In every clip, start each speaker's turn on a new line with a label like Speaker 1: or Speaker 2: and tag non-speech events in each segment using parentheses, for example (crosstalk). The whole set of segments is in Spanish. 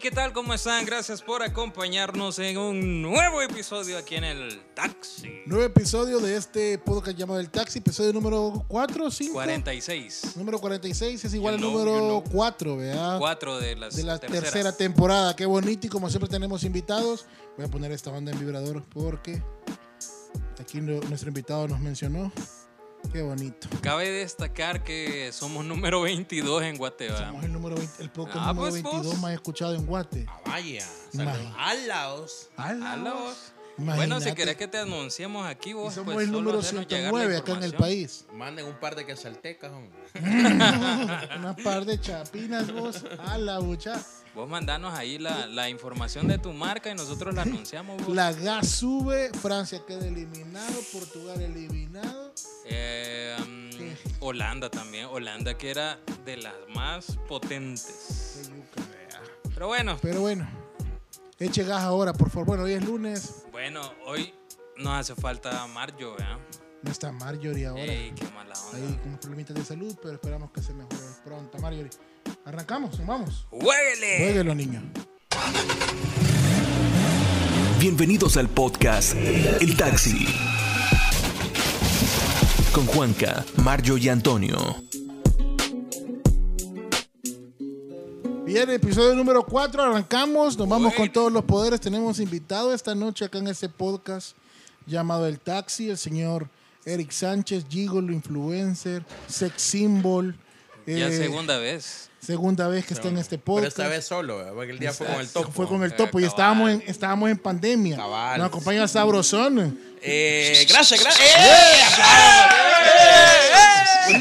Speaker 1: ¿qué tal? ¿Cómo están? Gracias por acompañarnos en un nuevo episodio aquí en el Taxi.
Speaker 2: Nuevo episodio de este podcast llamado El Taxi, episodio número 4, 5.
Speaker 1: 46.
Speaker 2: Número 46 es
Speaker 1: You
Speaker 2: igual al
Speaker 1: know,
Speaker 2: número
Speaker 1: you know.
Speaker 2: 4, ¿verdad?
Speaker 1: Cuatro de las
Speaker 2: Ah, de la
Speaker 1: terceras.
Speaker 2: tercera temporada. Qué bonito y como siempre tenemos invitados. Voy a poner esta banda en vibrador porque aquí no- nuestro invitado nos mencionó. Qué bonito.
Speaker 1: Cabe destacar que somos número 22 en Guatemala.
Speaker 2: Somos el número 20 el podcast
Speaker 1: Ah,
Speaker 2: número
Speaker 1: pues,
Speaker 2: 22
Speaker 1: vos.
Speaker 2: más escuchado en Guate.
Speaker 3: Vaya.
Speaker 2: Vaya.
Speaker 3: Alaos.
Speaker 2: ¡Ala!
Speaker 1: Ala vos. Bueno,
Speaker 2: Imagínate.
Speaker 1: si querés que te anunciemos aquí
Speaker 2: Y
Speaker 1: vos,
Speaker 2: somos
Speaker 1: pues
Speaker 2: el
Speaker 1: solo
Speaker 2: número
Speaker 1: hacernos llegar la
Speaker 2: 109 acá en el
Speaker 1: información. (laughs)
Speaker 2: país.
Speaker 3: Manden un par de quesaltecas,
Speaker 2: (laughs)
Speaker 3: hombre.
Speaker 2: Una par de chapinas vos a la bucha.
Speaker 1: Vos mandanos ahí la, la información de tu marca y nosotros la anunciamos. vos.
Speaker 2: La gas sube, Francia queda eliminado, Portugal eliminado.
Speaker 1: Eh, mm,
Speaker 2: Sí.
Speaker 1: Holanda también. Holanda que era de las más potentes.
Speaker 2: Qué yuca, vea.
Speaker 1: Pero bueno,
Speaker 2: Pero bueno, eche gas ahora, por favor. Bueno, hoy es lunes,
Speaker 1: bueno, hoy nos hace falta Mario, ¿verdad?
Speaker 2: no está Marjorie ahora.
Speaker 1: Ey, qué mala
Speaker 2: Hay
Speaker 1: onda.
Speaker 2: como problemitas de salud, pero esperamos que se mejore pronto, Marjorie. Arrancamos, nos vamos.
Speaker 1: ¡Juéguele!
Speaker 2: Jueguelo, niños.
Speaker 4: Bienvenidos al podcast El Taxi. Con Juanca, Mario y Antonio.
Speaker 2: Bien, episodio número 4, arrancamos, nos vamos con
Speaker 1: Bueno.
Speaker 2: todos los poderes. Tenemos invitado esta noche acá en este podcast llamado El Taxi, el señor Eric Sánchez, Gigolo Influencer, Sex Symbol.
Speaker 1: Ya
Speaker 2: eh,
Speaker 1: segunda
Speaker 2: (laughs)
Speaker 1: vez.
Speaker 2: segunda vez que está en este
Speaker 3: Pero
Speaker 2: podcast.
Speaker 3: esta vez solo, ¿verdad? porque el día fue con el topo.
Speaker 2: Fue con el
Speaker 1: Eh,
Speaker 2: topo y
Speaker 1: cabal.
Speaker 2: estábamos en, estábamos en pandemia.
Speaker 3: Cabal.
Speaker 2: Nos acompaña Sabrosón,
Speaker 3: Eh, gracias, gracias. ¡Eh!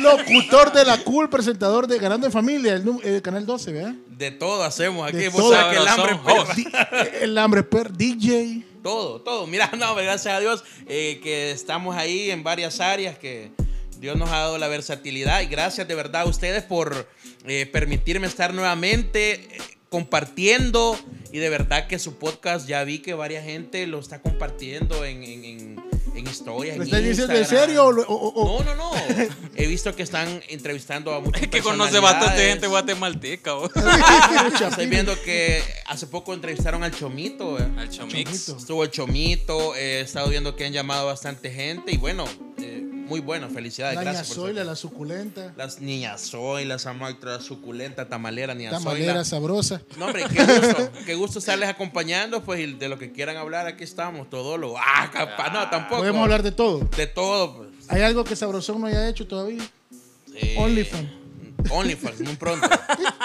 Speaker 2: locutor de la cool, presentador de Ganando en Familia, el, nu- el canal 12, ¿verdad?
Speaker 3: De todo hacemos aquí.
Speaker 2: De
Speaker 3: Vos
Speaker 2: todo.
Speaker 3: sabés que el hambre
Speaker 1: Son
Speaker 3: perra.
Speaker 1: hosts.
Speaker 2: Di- el hambre per DJ.
Speaker 3: (laughs) Todo, todo. Mira, (laughs) no, hombre, gracias a Dios eh, que estamos ahí en varias áreas que. Dios nos ha dado la versatilidad y gracias de verdad a ustedes por eh, permitirme estar nuevamente eh, compartiendo y de verdad que su podcast ya vi que varias gente lo está compartiendo en, en- en- en historias.
Speaker 2: ¿Lo
Speaker 3: en
Speaker 2: estás diciendo en
Speaker 3: Instagram.
Speaker 2: serio o lo- o- o- o-
Speaker 3: No, no, no. He visto que están entrevistando a muchas
Speaker 1: Es (laughs) que
Speaker 3: personalidades.
Speaker 1: conoce bastante gente guatemalteca, vos.
Speaker 3: Estoy viendo que hace poco entrevistaron al Chomito. eh.
Speaker 1: Al Chomix.
Speaker 2: Chomito.
Speaker 3: Estuvo el Chomito. eh, he estado viendo que han llamado bastante gente. Y bueno, eh, muy bueno. Felicidades.
Speaker 2: La
Speaker 3: gracias. por
Speaker 2: ñazoila,
Speaker 3: estar
Speaker 2: la suculenta,
Speaker 3: aquí. Las niñas Zoila, Samactra, Suculenta, Tamalera, Niña
Speaker 2: la malera sabrosa.
Speaker 3: No, hombre, qué gusto. qué gusto estarles acompañando. Pues y de lo que quieran hablar, aquí estamos. Todo lo. Ah, capaz. No, tampoco.
Speaker 2: Podemos hablar de todo.
Speaker 3: de todo. pues.
Speaker 2: ¿Hay algo que Sabrosón no haya hecho todavía?
Speaker 3: Eh,
Speaker 2: OnlyFans.
Speaker 3: OnlyFans, muy pronto.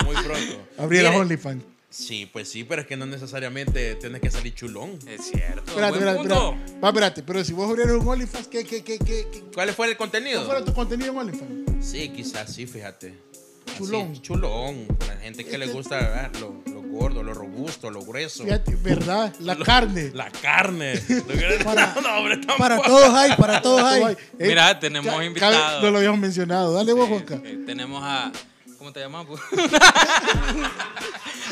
Speaker 3: Muy pronto.
Speaker 2: Abrir a
Speaker 3: Mire,
Speaker 2: OnlyFans.
Speaker 3: Sí, pues sí, pero es que no necesariamente tienes que salir chulón.
Speaker 1: Es cierto.
Speaker 2: Espérate,
Speaker 1: buen
Speaker 2: espérate,
Speaker 1: punto.
Speaker 2: espérate. Va, espérate, pero si vos abrieras un OnlyFans, ¿qué, qué, qué, qué, qué?
Speaker 3: ¿Cuál fue el contenido?
Speaker 2: ¿Cuál fuera tu contenido en OnlyFans?
Speaker 3: Sí, quizás sí, fíjate. Así,
Speaker 2: Chulón. Este
Speaker 3: chulón. La gente que le gusta ¿verdad? lo, lo gordo, lo robusto, lo grueso.
Speaker 2: Fíjate, ¿verdad?
Speaker 1: (laughs)
Speaker 2: La carne.
Speaker 3: La carne. (laughs) ¿No quieres?
Speaker 2: Para-
Speaker 3: no, hombre, tampoco.
Speaker 2: Para todos hay, para todos
Speaker 1: (laughs)
Speaker 2: hay. Eh,
Speaker 1: Mira, tenemos
Speaker 2: cabe-
Speaker 1: invitados.
Speaker 2: No lo habíamos mencionado. Dale vos, Juanca.
Speaker 1: Eh, eh, tenemos a. ¿Cómo te llamas? (laughs) pues?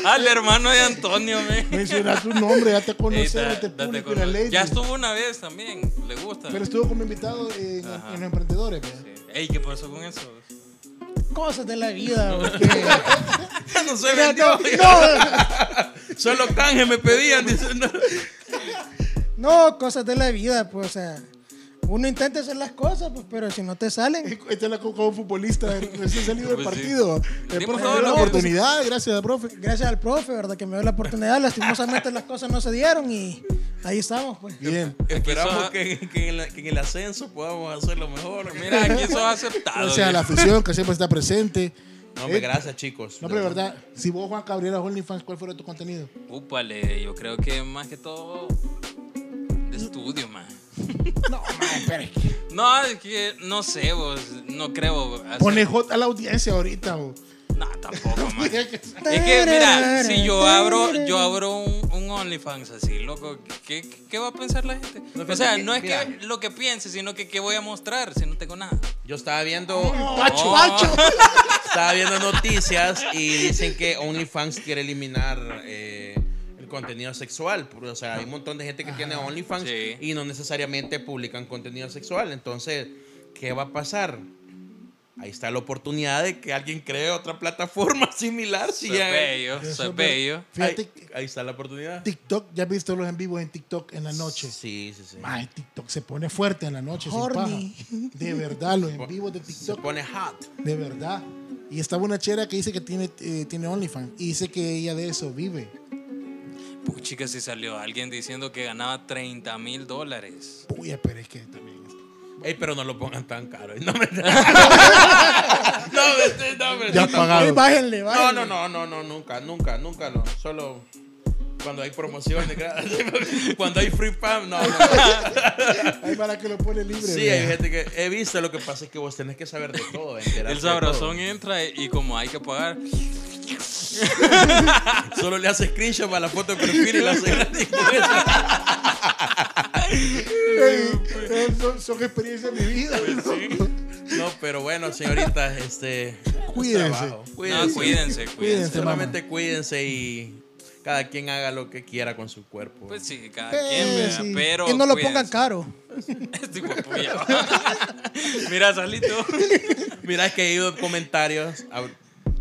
Speaker 1: Al hermano de Antonio, men.
Speaker 2: Menciona tu nombre, date a
Speaker 1: Ey,
Speaker 2: conocer,
Speaker 1: da-
Speaker 2: date
Speaker 1: date
Speaker 2: público y la
Speaker 1: con-
Speaker 2: ley.
Speaker 1: Ya estuvo una vez también, le gusta.
Speaker 2: Pero estuvo como invitado en, en los emprendedores. pues. ¿verdad?
Speaker 1: Sí. Ey, ¿qué pasó con eso?
Speaker 2: Cosas de la vida. porque-
Speaker 3: (laughs) no
Speaker 1: (laughs)
Speaker 3: se
Speaker 2: Mira,
Speaker 3: vendió.
Speaker 2: no, no,
Speaker 3: Solo canje
Speaker 2: (laughs)
Speaker 3: me pedían. dice, no.
Speaker 5: No, cosas de la vida, pues, o sea, uno intenta hacer las cosas, pues, pero si no te salen,
Speaker 2: (laughs) Esta es la como un futbolista eh, recién salido del
Speaker 1: Pues sí.
Speaker 2: partido. El
Speaker 1: Dimos
Speaker 2: profe
Speaker 1: todo
Speaker 2: dio la
Speaker 1: lo que-
Speaker 2: oportunidad, gracias, profe.
Speaker 5: gracias al profe, ¿verdad? Que me dio la oportunidad, lastimosamente las cosas no se dieron y ahí estamos, pues.
Speaker 2: Bien.
Speaker 3: Esperamos
Speaker 1: son-
Speaker 3: que, que en la- que en el ascenso podamos hacerlo mejor.
Speaker 1: Mira,
Speaker 2: (laughs)
Speaker 1: aquí sos aceptado.
Speaker 2: Gracias a la afición que siempre
Speaker 1: (laughs)
Speaker 2: está presente.
Speaker 3: No, hombre,
Speaker 2: Eh,
Speaker 3: gracias, chicos.
Speaker 2: No, pero de verdad, si vos, Juan Cabrera, OnlyFans, ¿cuál fuera tu
Speaker 1: (laughs)
Speaker 2: contenido?
Speaker 1: men. Úpale, yo creo que más que todo de estudio, man.
Speaker 2: No, man, pero es que-
Speaker 1: No, es que no sé, vos, no creo. hacer-
Speaker 2: Pone hot a la audiencia ahorita, bo.
Speaker 1: No, tampoco,
Speaker 2: (laughs)
Speaker 1: man.
Speaker 2: Mira que-
Speaker 1: Es que mira, si yo abro, yo abro un, un OnlyFans así, loco, ¿qué, qué va a pensar la gente?
Speaker 3: No,
Speaker 1: o
Speaker 3: fíjate
Speaker 1: sea,
Speaker 3: que-
Speaker 1: no es que
Speaker 3: mira.
Speaker 1: lo que piense, sino que qué voy a mostrar si no tengo nada. Oh,
Speaker 3: Yo estaba viendo.
Speaker 2: Pacho,
Speaker 1: No.
Speaker 2: Pacho.
Speaker 3: Estaba viendo noticias y dicen que OnlyFans quiere eliminar eh, el contenido sexual. O sea, hay un montón de gente que tiene OnlyFans
Speaker 1: Sí.
Speaker 3: y no necesariamente publican contenido sexual. Entonces, ¿qué va a pasar? Ahí está la oportunidad de que alguien cree otra plataforma (laughs) similar. Si
Speaker 1: Soy
Speaker 3: ya-
Speaker 1: bello,
Speaker 2: Eso,
Speaker 1: soy
Speaker 2: pero
Speaker 1: bello.
Speaker 2: Fíjate,
Speaker 3: ahí, ahí está la oportunidad.
Speaker 2: TikTok, ya has visto los en vivo en TikTok en la noche.
Speaker 3: Sí, sí, sí.
Speaker 2: Ay, TikTok se pone fuerte en la noche. sin
Speaker 5: Horny.
Speaker 2: paja. De verdad, los en vivos de
Speaker 3: Se
Speaker 2: TikTok.
Speaker 3: pone hot.
Speaker 2: De verdad. Y estaba una chera que dice que tiene, eh, tiene OnlyFans. Y dice que ella de eso vive.
Speaker 1: Puchica, si salió alguien diciendo que ganaba 30 mil dólares.
Speaker 2: Uy, pero es que también.
Speaker 3: Ey, pero no lo pongan tan caro. (laughs)
Speaker 2: (laughs)
Speaker 3: No, me... no, me- no, me-
Speaker 2: Ya
Speaker 3: no,
Speaker 2: pagado.
Speaker 5: Ey, bájenle,
Speaker 3: No, no,
Speaker 5: bájenle.
Speaker 3: no, no, no, nunca, nunca, nunca, no. Solo cuando hay promociones, gra- (laughs) cuando hay free pam, no, no.
Speaker 2: Hay para que lo pone libre.
Speaker 3: Sí,
Speaker 2: vea.
Speaker 3: hay gente que he visto, lo que pasa es que vos tenés que saber de todo, enterarte
Speaker 1: El
Speaker 3: de todo.
Speaker 1: sabrosón entra y como hay que pagar,
Speaker 3: Solo le hace screenshot a la foto de perfil y la hace gratis.
Speaker 2: Ey, son, son experiencias de mi vida.
Speaker 3: Pues
Speaker 2: ¿no?
Speaker 3: No, pero bueno, señoritas, este
Speaker 2: Cuídense.
Speaker 3: trabajo.
Speaker 1: no,
Speaker 5: Pues
Speaker 1: este cuídense, cuídense.
Speaker 2: Cuídense.
Speaker 3: Solamente cuídense y cada quien haga lo que quiera con su cuerpo.
Speaker 1: Pues sí, cada
Speaker 5: Eh,
Speaker 1: quien, vea,
Speaker 5: sí.
Speaker 1: pero.
Speaker 5: Que no lo
Speaker 1: cuídense.
Speaker 5: pongan caro.
Speaker 1: (laughs) Este hijo de puya. (laughs) Mira, Salito.
Speaker 3: Mira, es que he ido en comentarios. a-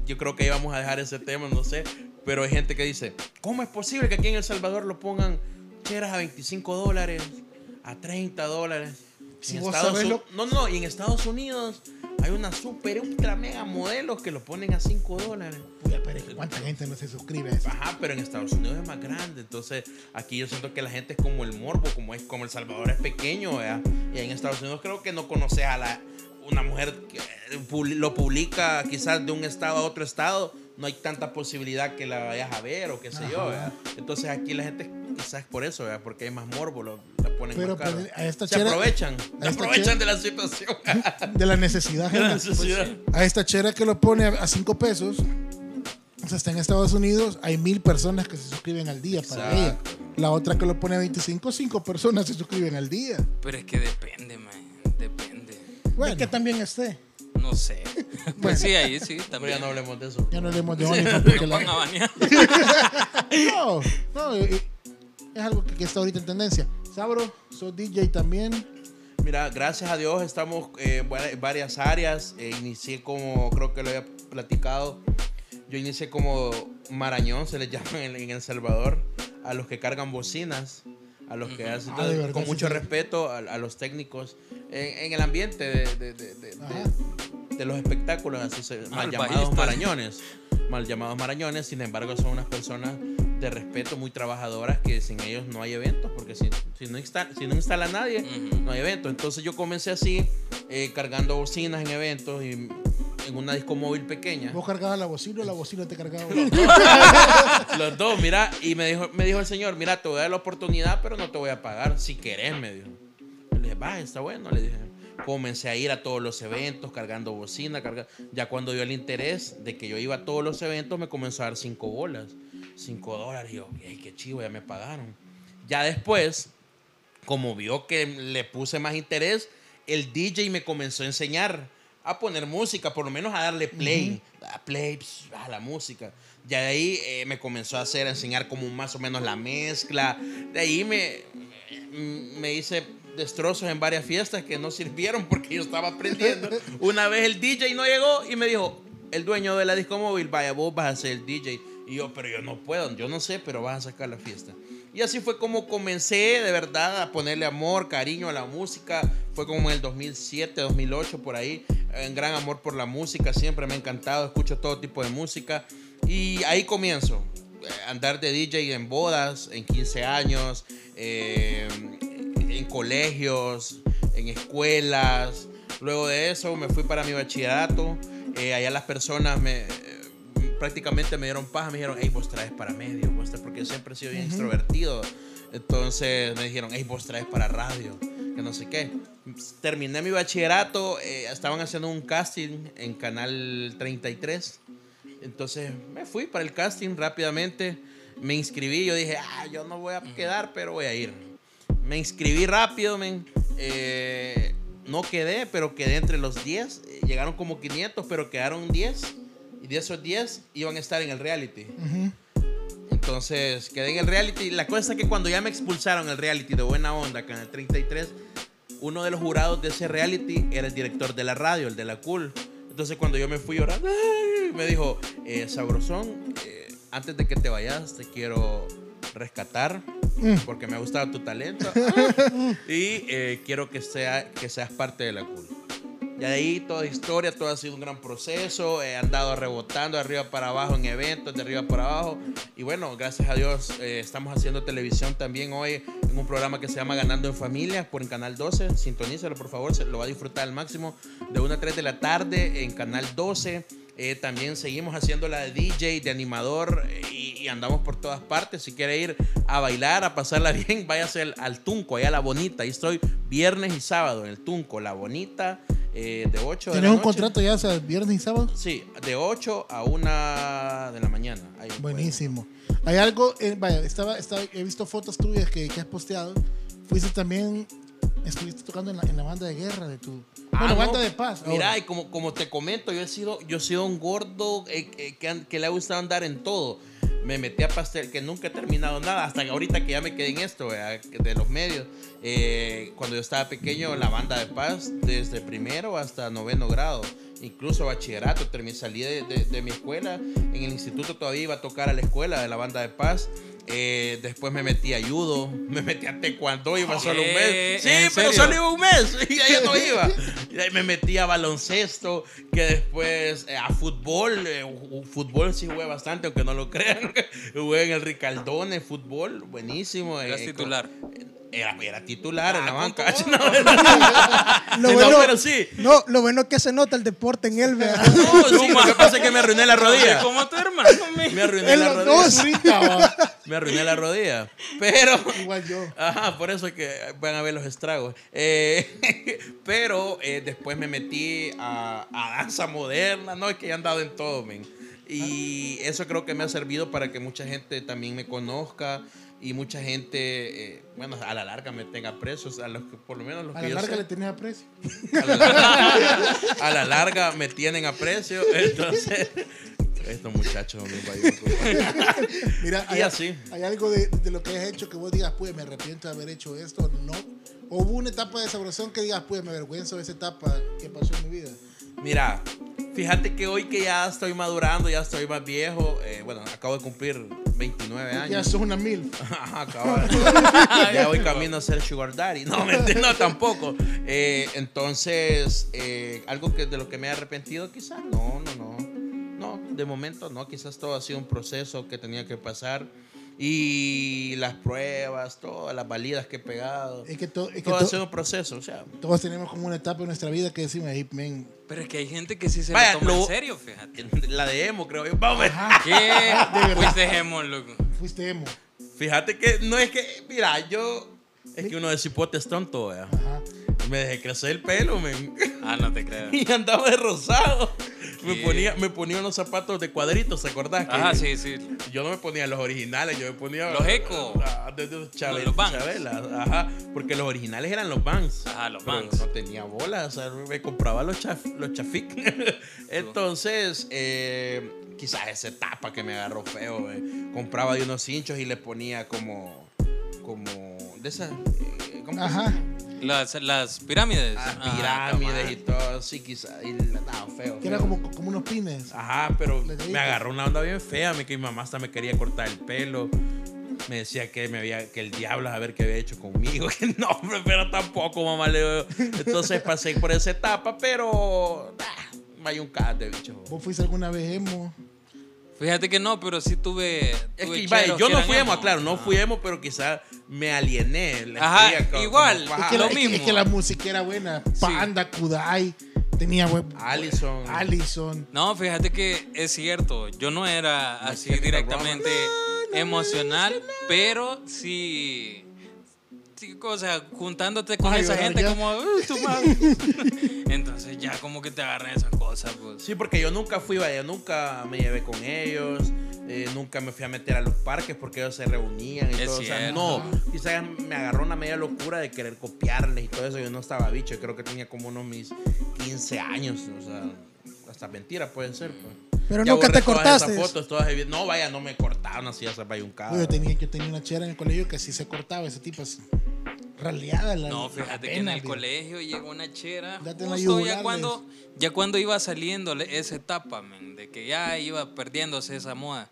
Speaker 3: Yo creo que íbamos a dejar ese tema, no sé. Pero hay gente que dice: ¿Cómo es posible que aquí en El Salvador lo pongan cheras a 25 dólares, a 30 dólares?
Speaker 2: Si
Speaker 3: En
Speaker 2: vos
Speaker 3: Estados
Speaker 2: sabés
Speaker 3: U- No, no, y en Estados Unidos hay una super, ultra, mega modelos que lo ponen a 5 dólares.
Speaker 2: Uy, pero es que ¿Cuánta gente no se suscribe a eso?
Speaker 3: Ajá, pero en Estados Unidos es más grande. Entonces, aquí yo siento que la gente es como el morbo, como es como El Salvador es pequeño, ¿verdad? Y en Estados Unidos creo que no conoces a la una mujer que pu- lo publica quizás de un estado a otro estado, no hay tanta posibilidad que la vayas a ver o qué sé yo,
Speaker 2: Ajá.
Speaker 3: ¿verdad? Entonces, aquí la gente quizás por eso, ¿verdad? Porque hay más morbo, lo- la ponen
Speaker 2: Pero,
Speaker 3: más caro.
Speaker 2: pues, a esta
Speaker 3: Se
Speaker 2: chera-
Speaker 3: aprovechan, se
Speaker 2: a esta
Speaker 3: aprovechan
Speaker 2: chera- Pues,
Speaker 3: de la
Speaker 2: (laughs)
Speaker 3: situación. (laughs)
Speaker 2: De la necesidad.
Speaker 3: de la
Speaker 2: ajena.
Speaker 3: necesidad.
Speaker 2: A esta chera que lo pone a 5 pesos. O sea, está en Estados Unidos. Hay mil personas que se suscriben al día para ella.
Speaker 3: Exacto.
Speaker 2: La otra que lo pone a 25, 5 personas se suscriben al día.
Speaker 1: Pero es que depende, man. Depende.
Speaker 2: Bueno,
Speaker 5: De que también esté.
Speaker 1: No
Speaker 5: (laughs)
Speaker 1: sé.
Speaker 2: Bueno.
Speaker 1: Pues sí, ahí sí,
Speaker 3: Pero ya
Speaker 1: también.
Speaker 3: no hablemos de eso.
Speaker 2: ya no hablemos de
Speaker 1: (laughs)
Speaker 2: OnlyFans porque
Speaker 1: Van a
Speaker 2: la,
Speaker 3: (laughs)
Speaker 1: banear.
Speaker 2: No, no, eh, eh, es algo que, que está ahorita en tendencia. Sabro, sos DJ también.
Speaker 3: Mira, gracias a Dios estamos eh, en vari- varias áreas. Eh, inicié como, creo que lo había platicado, yo inicié como marañón, se les (laughs) llama en, en El Salvador, a los que cargan bocinas, a los que hacen,
Speaker 2: Ah,
Speaker 3: entonces,
Speaker 2: de verdad,
Speaker 3: con
Speaker 2: sí,
Speaker 3: mucho
Speaker 2: sí.
Speaker 3: respeto a, a los técnicos, en, en el ambiente de, de- de- de-
Speaker 2: Ajá. Ah,
Speaker 3: de- de los espectáculos, así se, mal
Speaker 1: Al
Speaker 3: llamados
Speaker 1: país,
Speaker 3: marañones. Mal llamados marañones, sin embargo, son unas personas de respeto, muy trabajadoras, que sin ellos no hay eventos, porque si, si no, insta- si no instala nadie,
Speaker 1: Ujú.
Speaker 3: no hay eventos. Entonces yo comencé así, eh, cargando bocinas en eventos y en una disco móvil pequeña.
Speaker 2: ¿Vos cargabas la bocina o la bocina te cargaba?
Speaker 3: Los dos, mira, y me dijo, me dijo el señor, mira, te voy a dar la oportunidad, pero no te voy a pagar, si querés, me dijo. Yo le dije, va, está bueno, le dije. Comencé a ir a todos los eventos, cargando bocina, carga... ya cuando dio el interés de que yo iba a todos los eventos, me comenzó a dar cinco bolas, cinco dólares, y yo, "Ey, qué chivo, ya me pagaron. Ya después, como vio que le puse más interés, el DJ me comenzó a enseñar a poner música, por lo menos a darle play, a play pss, a la música. Ya de ahí eh, me comenzó a hacer, a enseñar como más o menos la mezcla. De ahí me, me hice destrozos en varias fiestas que no sirvieron porque yo estaba aprendiendo. Una vez el DJ no llegó y me dijo, el dueño de la disco móvil, vaya, vos vas a ser el DJ. Y yo, pero yo no puedo, yo no sé, pero vas a sacar la fiesta. Y así fue como comencé de verdad a ponerle amor, cariño a la música. Fue como en el 2007, 2008, por ahí. En gran amor por la música, siempre me ha encantado, escucho todo tipo de música. Y ahí comienzo. eh, Andar de DJ en bodas, en 15 años, eh, en colegios, en escuelas. Luego de eso me fui para mi bachillerato. Eh, allá las personas me, eh, prácticamente me dieron paja, me dijeron, hey, vos traes para medio, vos traes", porque yo siempre he sido bien extrovertido. Entonces me dijeron, hey, vos traes para radio, que no sé qué. Terminé mi bachillerato, eh, estaban haciendo un casting en Canal 33. Entonces me fui para el casting rápidamente, me inscribí, yo dije, ah, yo no voy a quedar, pero voy a ir. Me inscribí rápido, men. Eh, no quedé, pero quedé entre los 10. Eh, Llegaron como 500, pero quedaron 10. Y de esos 10 iban a estar en el reality. Entonces quedé en el reality. La cosa es que cuando ya me expulsaron el reality de buena onda, Canal 33, uno de los jurados de ese reality era el director de la radio, el de la Cool. Entonces cuando yo me fui llorando, ¡ay! me dijo, eh, Sabrosón, eh, antes de que te vayas te quiero rescatar porque me ha gustado tu talento y eh, quiero que, sea, que seas parte de la cool. Y de ahí toda historia, todo ha sido un gran proceso. He andado rebotando de arriba para abajo en eventos, de arriba para abajo. Y bueno, gracias a Dios eh, estamos haciendo televisión también hoy en un programa que se llama Ganando en Familia por en Canal 12. Sintonízalo, por favor, se lo va a disfrutar al máximo de 1 a 3 de la tarde en Canal 12. Eh, también seguimos haciendo la de DJ, de animador eh, y, y andamos por todas partes. Si quiere ir a bailar, a pasarla (laughs) bien, váyase al, al Tunco, allá a La Bonita. Ahí estoy viernes y sábado en el Tunco, La Bonita, eh, de 8 de la
Speaker 2: ¿Tenés un
Speaker 3: noche.
Speaker 2: contrato ya hasta viernes y sábado?
Speaker 3: Sí, de 8 a 1 de la mañana. Ahí puede.
Speaker 2: Buenísimo. Hay algo, eh, vaya, estaba, estaba- he visto fotos tuyas que, que has posteado. Fuiste también, estuviste tocando en la, en la banda de guerra de tu...
Speaker 3: Ah,
Speaker 2: bueno,
Speaker 3: no.
Speaker 2: banda de paz. ahora.
Speaker 3: Mira, y como, como te comento, yo he sido, yo he sido un gordo eh, eh, que, an- que le ha gustado andar en todo. Me metí a pastel, que nunca he terminado nada, hasta que ahorita que ya me quedé en esto, ¿verdad? Que de los medios. Eh, cuando yo estaba pequeño, la banda de paz, desde primero hasta noveno grado, incluso bachillerato, terminé, salí de, de- de mi escuela, en el instituto todavía iba a tocar a la escuela de la banda de paz. Eh, después me metí a judo, (laughs) me metí a taekwondo, iba solo un
Speaker 1: Eh,
Speaker 3: mes. Sí,
Speaker 1: ¿en
Speaker 3: pero
Speaker 1: serio?
Speaker 3: solo iba un (laughs) mes y ahí ya no iba. Y ahí me metí a baloncesto, que después eh, a fútbol. eh, ju- fútbol sí jugué bastante, aunque no lo (laughs) crean. jugué en el Ricaldone, fútbol, buenísimo.
Speaker 1: Eras
Speaker 3: eh,
Speaker 1: titular.
Speaker 3: con- Era, era titular en la
Speaker 1: Ah,
Speaker 3: banca.
Speaker 1: con
Speaker 3: (laughs) No,
Speaker 5: Lo
Speaker 3: no,
Speaker 5: bueno,
Speaker 3: pero sí.
Speaker 5: no, lo bueno es que se nota el deporte en él,
Speaker 3: (laughs)
Speaker 5: ¿verdad?
Speaker 3: No, Pues sí, lo que pasa es que me arruiné
Speaker 1: (laughs)
Speaker 3: la rodilla.
Speaker 1: Como tu hermano,
Speaker 3: Me
Speaker 1: mi.
Speaker 3: arruiné
Speaker 5: En
Speaker 3: la
Speaker 5: los
Speaker 3: rodilla.
Speaker 5: dos.
Speaker 2: Ahorita, va.
Speaker 3: Me arruiné la rodilla. Pero.
Speaker 2: Igual yo.
Speaker 3: Ajá, por eso es que van a ver los estragos. Eh, (laughs) pero eh, después me metí a, a danza moderna, ¿no? Es que he andado en todo, men. Y eso creo que me ha servido para que mucha gente también me conozca y mucha gente, eh, bueno, a la larga me tenga presos, a los que por lo menos los
Speaker 2: A la
Speaker 3: que yo
Speaker 2: larga
Speaker 3: sé.
Speaker 2: le tenés aprecio.
Speaker 3: A la larga, (laughs) a la larga me tienen aprecio. (laughs) Entonces, estos muchachos, mi país.
Speaker 2: Mira,
Speaker 3: Y
Speaker 2: hay,
Speaker 3: así.
Speaker 2: hay algo de, de lo que has hecho que vos digas, pues me arrepiento de haber hecho esto, no. O hubo una etapa de sabrosón que digas, pues me avergüenzo de esa etapa que pasó en mi vida.
Speaker 3: Mira, fíjate que hoy que ya estoy madurando, ya estoy más viejo, eh, bueno, acabo de cumplir 29
Speaker 2: Ya
Speaker 3: años.
Speaker 2: sos una mil.
Speaker 3: (laughs) Ajá, acabo
Speaker 2: (laughs)
Speaker 3: de- ya voy camino a ser sugar daddy. No, (laughs) mentira, no, tampoco. Eh, entonces, eh, algo que de lo que me he arrepentido, quizás, no, no, no. No, de momento no, quizás todo ha sido un proceso que tenía que pasar. Y las pruebas, todas las validas que he pegado.
Speaker 2: Es que, to- es que
Speaker 3: todo ha
Speaker 2: to-
Speaker 3: sido un proceso, o sea. (laughs)
Speaker 2: todos tenemos como una etapa en nuestra vida que decimos, hey, men,
Speaker 1: Pero es que hay gente que sí se
Speaker 3: Vaya,
Speaker 1: lo toma
Speaker 3: lo-
Speaker 1: en serio,
Speaker 3: (laughs)
Speaker 1: fíjate.
Speaker 3: La de emo, creo yo. Vamos.
Speaker 1: ¿Qué? Pues dejemos, loco.
Speaker 2: fuiste emo.
Speaker 3: Fíjate que no es que, mira, yo. Es que uno de cipote es tonto, vea.
Speaker 2: Ajá.
Speaker 3: Me dejé crecer el pelo, men. (laughs)
Speaker 1: Ah, no te creo.
Speaker 3: Y andaba de rosado. Me
Speaker 1: ¿Qué?
Speaker 3: ponía, me ponía unos zapatos de cuadritos, ¿te acordás? Que
Speaker 1: Ajá, sí, sí.
Speaker 3: Yo no me ponía los originales, yo me ponía.
Speaker 1: Los Eco.
Speaker 3: Ah, De, de Chave-
Speaker 1: Los Vans.
Speaker 3: Chabela, Ajá, porque los originales eran los Vans.
Speaker 1: Ajá, los
Speaker 3: Pero
Speaker 1: Vans.
Speaker 3: No tenía bolas, o sea, me compraba los, chaf, los chafic. (laughs) Entonces, eh, quizás esa etapa que me agarró feo, eh, compraba de unos hinchos y le ponía como. como. de esas. eh, ¿cómo que se
Speaker 2: Ajá.
Speaker 3: llama?
Speaker 1: Las, las pirámides.
Speaker 3: Ah,
Speaker 1: Ah,
Speaker 3: pirámides y
Speaker 1: cabal.
Speaker 3: todo así, quizás. Y la- no, feo.
Speaker 2: Que era
Speaker 3: feo.
Speaker 2: como, como unos pines.
Speaker 3: Ajá, pero
Speaker 2: Las
Speaker 3: me
Speaker 2: deditas.
Speaker 3: agarró una onda bien fea, me que mi mamá hasta me quería cortar el pelo. Me decía que me había que el diablo a ver qué había hecho conmigo, (laughs) que no, hombre, pero tampoco mamá le Entonces pasé por esa etapa, pero ah, hay un cate, bicho.
Speaker 2: ¿Vos fuiste alguna vez emo?
Speaker 1: Fíjate que no, pero sí tuve.
Speaker 3: Es
Speaker 1: tuve
Speaker 3: que vaya,
Speaker 1: cheros
Speaker 3: yo
Speaker 1: que
Speaker 3: no
Speaker 1: eran
Speaker 3: fui emo, claro, no
Speaker 1: Ajá.
Speaker 3: fui emo, pero quizás me aliené. le
Speaker 1: Ajá,
Speaker 3: quería como-
Speaker 1: igual,
Speaker 3: como-
Speaker 1: es
Speaker 2: es,
Speaker 3: ajá,
Speaker 2: que
Speaker 1: lo
Speaker 2: la, es que-
Speaker 1: mismo.
Speaker 2: es que la música era buena. Panda, Kudai. Tenía buen-
Speaker 3: Allison. (laughs)
Speaker 2: Allison.
Speaker 1: No, fíjate que es cierto, yo no era
Speaker 3: No,
Speaker 1: así
Speaker 3: Chemical
Speaker 1: directamente emocional, pero sí, sí, o sea, juntándote con
Speaker 2: Vas a
Speaker 1: esa
Speaker 2: llorar
Speaker 1: gente
Speaker 2: ya.
Speaker 1: como, "Uy, tu
Speaker 2: (laughs)
Speaker 1: madre". entonces ya como que te agarran esas cosas, pues.
Speaker 3: Sí, porque yo nunca fui, vaya, nunca me llevé con ellos, eh, nunca me fui a meter a los parques porque ellos se reunían y
Speaker 1: Es
Speaker 3: todo. O sea,
Speaker 1: cierto.
Speaker 3: no, quizás me agarró una media locura de querer copiarles y todo eso. Yo no estaba bicho, creo que tenía como unos mis 15 años, o sea, hasta mentira pueden ser. pues.
Speaker 5: Pero
Speaker 3: Ya
Speaker 5: nunca
Speaker 3: borré
Speaker 5: te
Speaker 3: todas esas
Speaker 5: cortaste.
Speaker 3: fotos, todas esas- No, vaya, no me cortaron así, ya se vaya un
Speaker 2: Yo tenía, yo tenía una chera en el colegio que si se cortaba ese tipo así. raleada la
Speaker 1: No,
Speaker 2: la
Speaker 1: fíjate que en
Speaker 2: pena,
Speaker 1: el
Speaker 2: viejo.
Speaker 1: colegio llegó una chera.
Speaker 2: Date la
Speaker 1: justo
Speaker 2: yugular,
Speaker 1: ya cuando, ya cuando iba saliendo le- esa etapa, men, de que ya iba perdiéndose esa moda.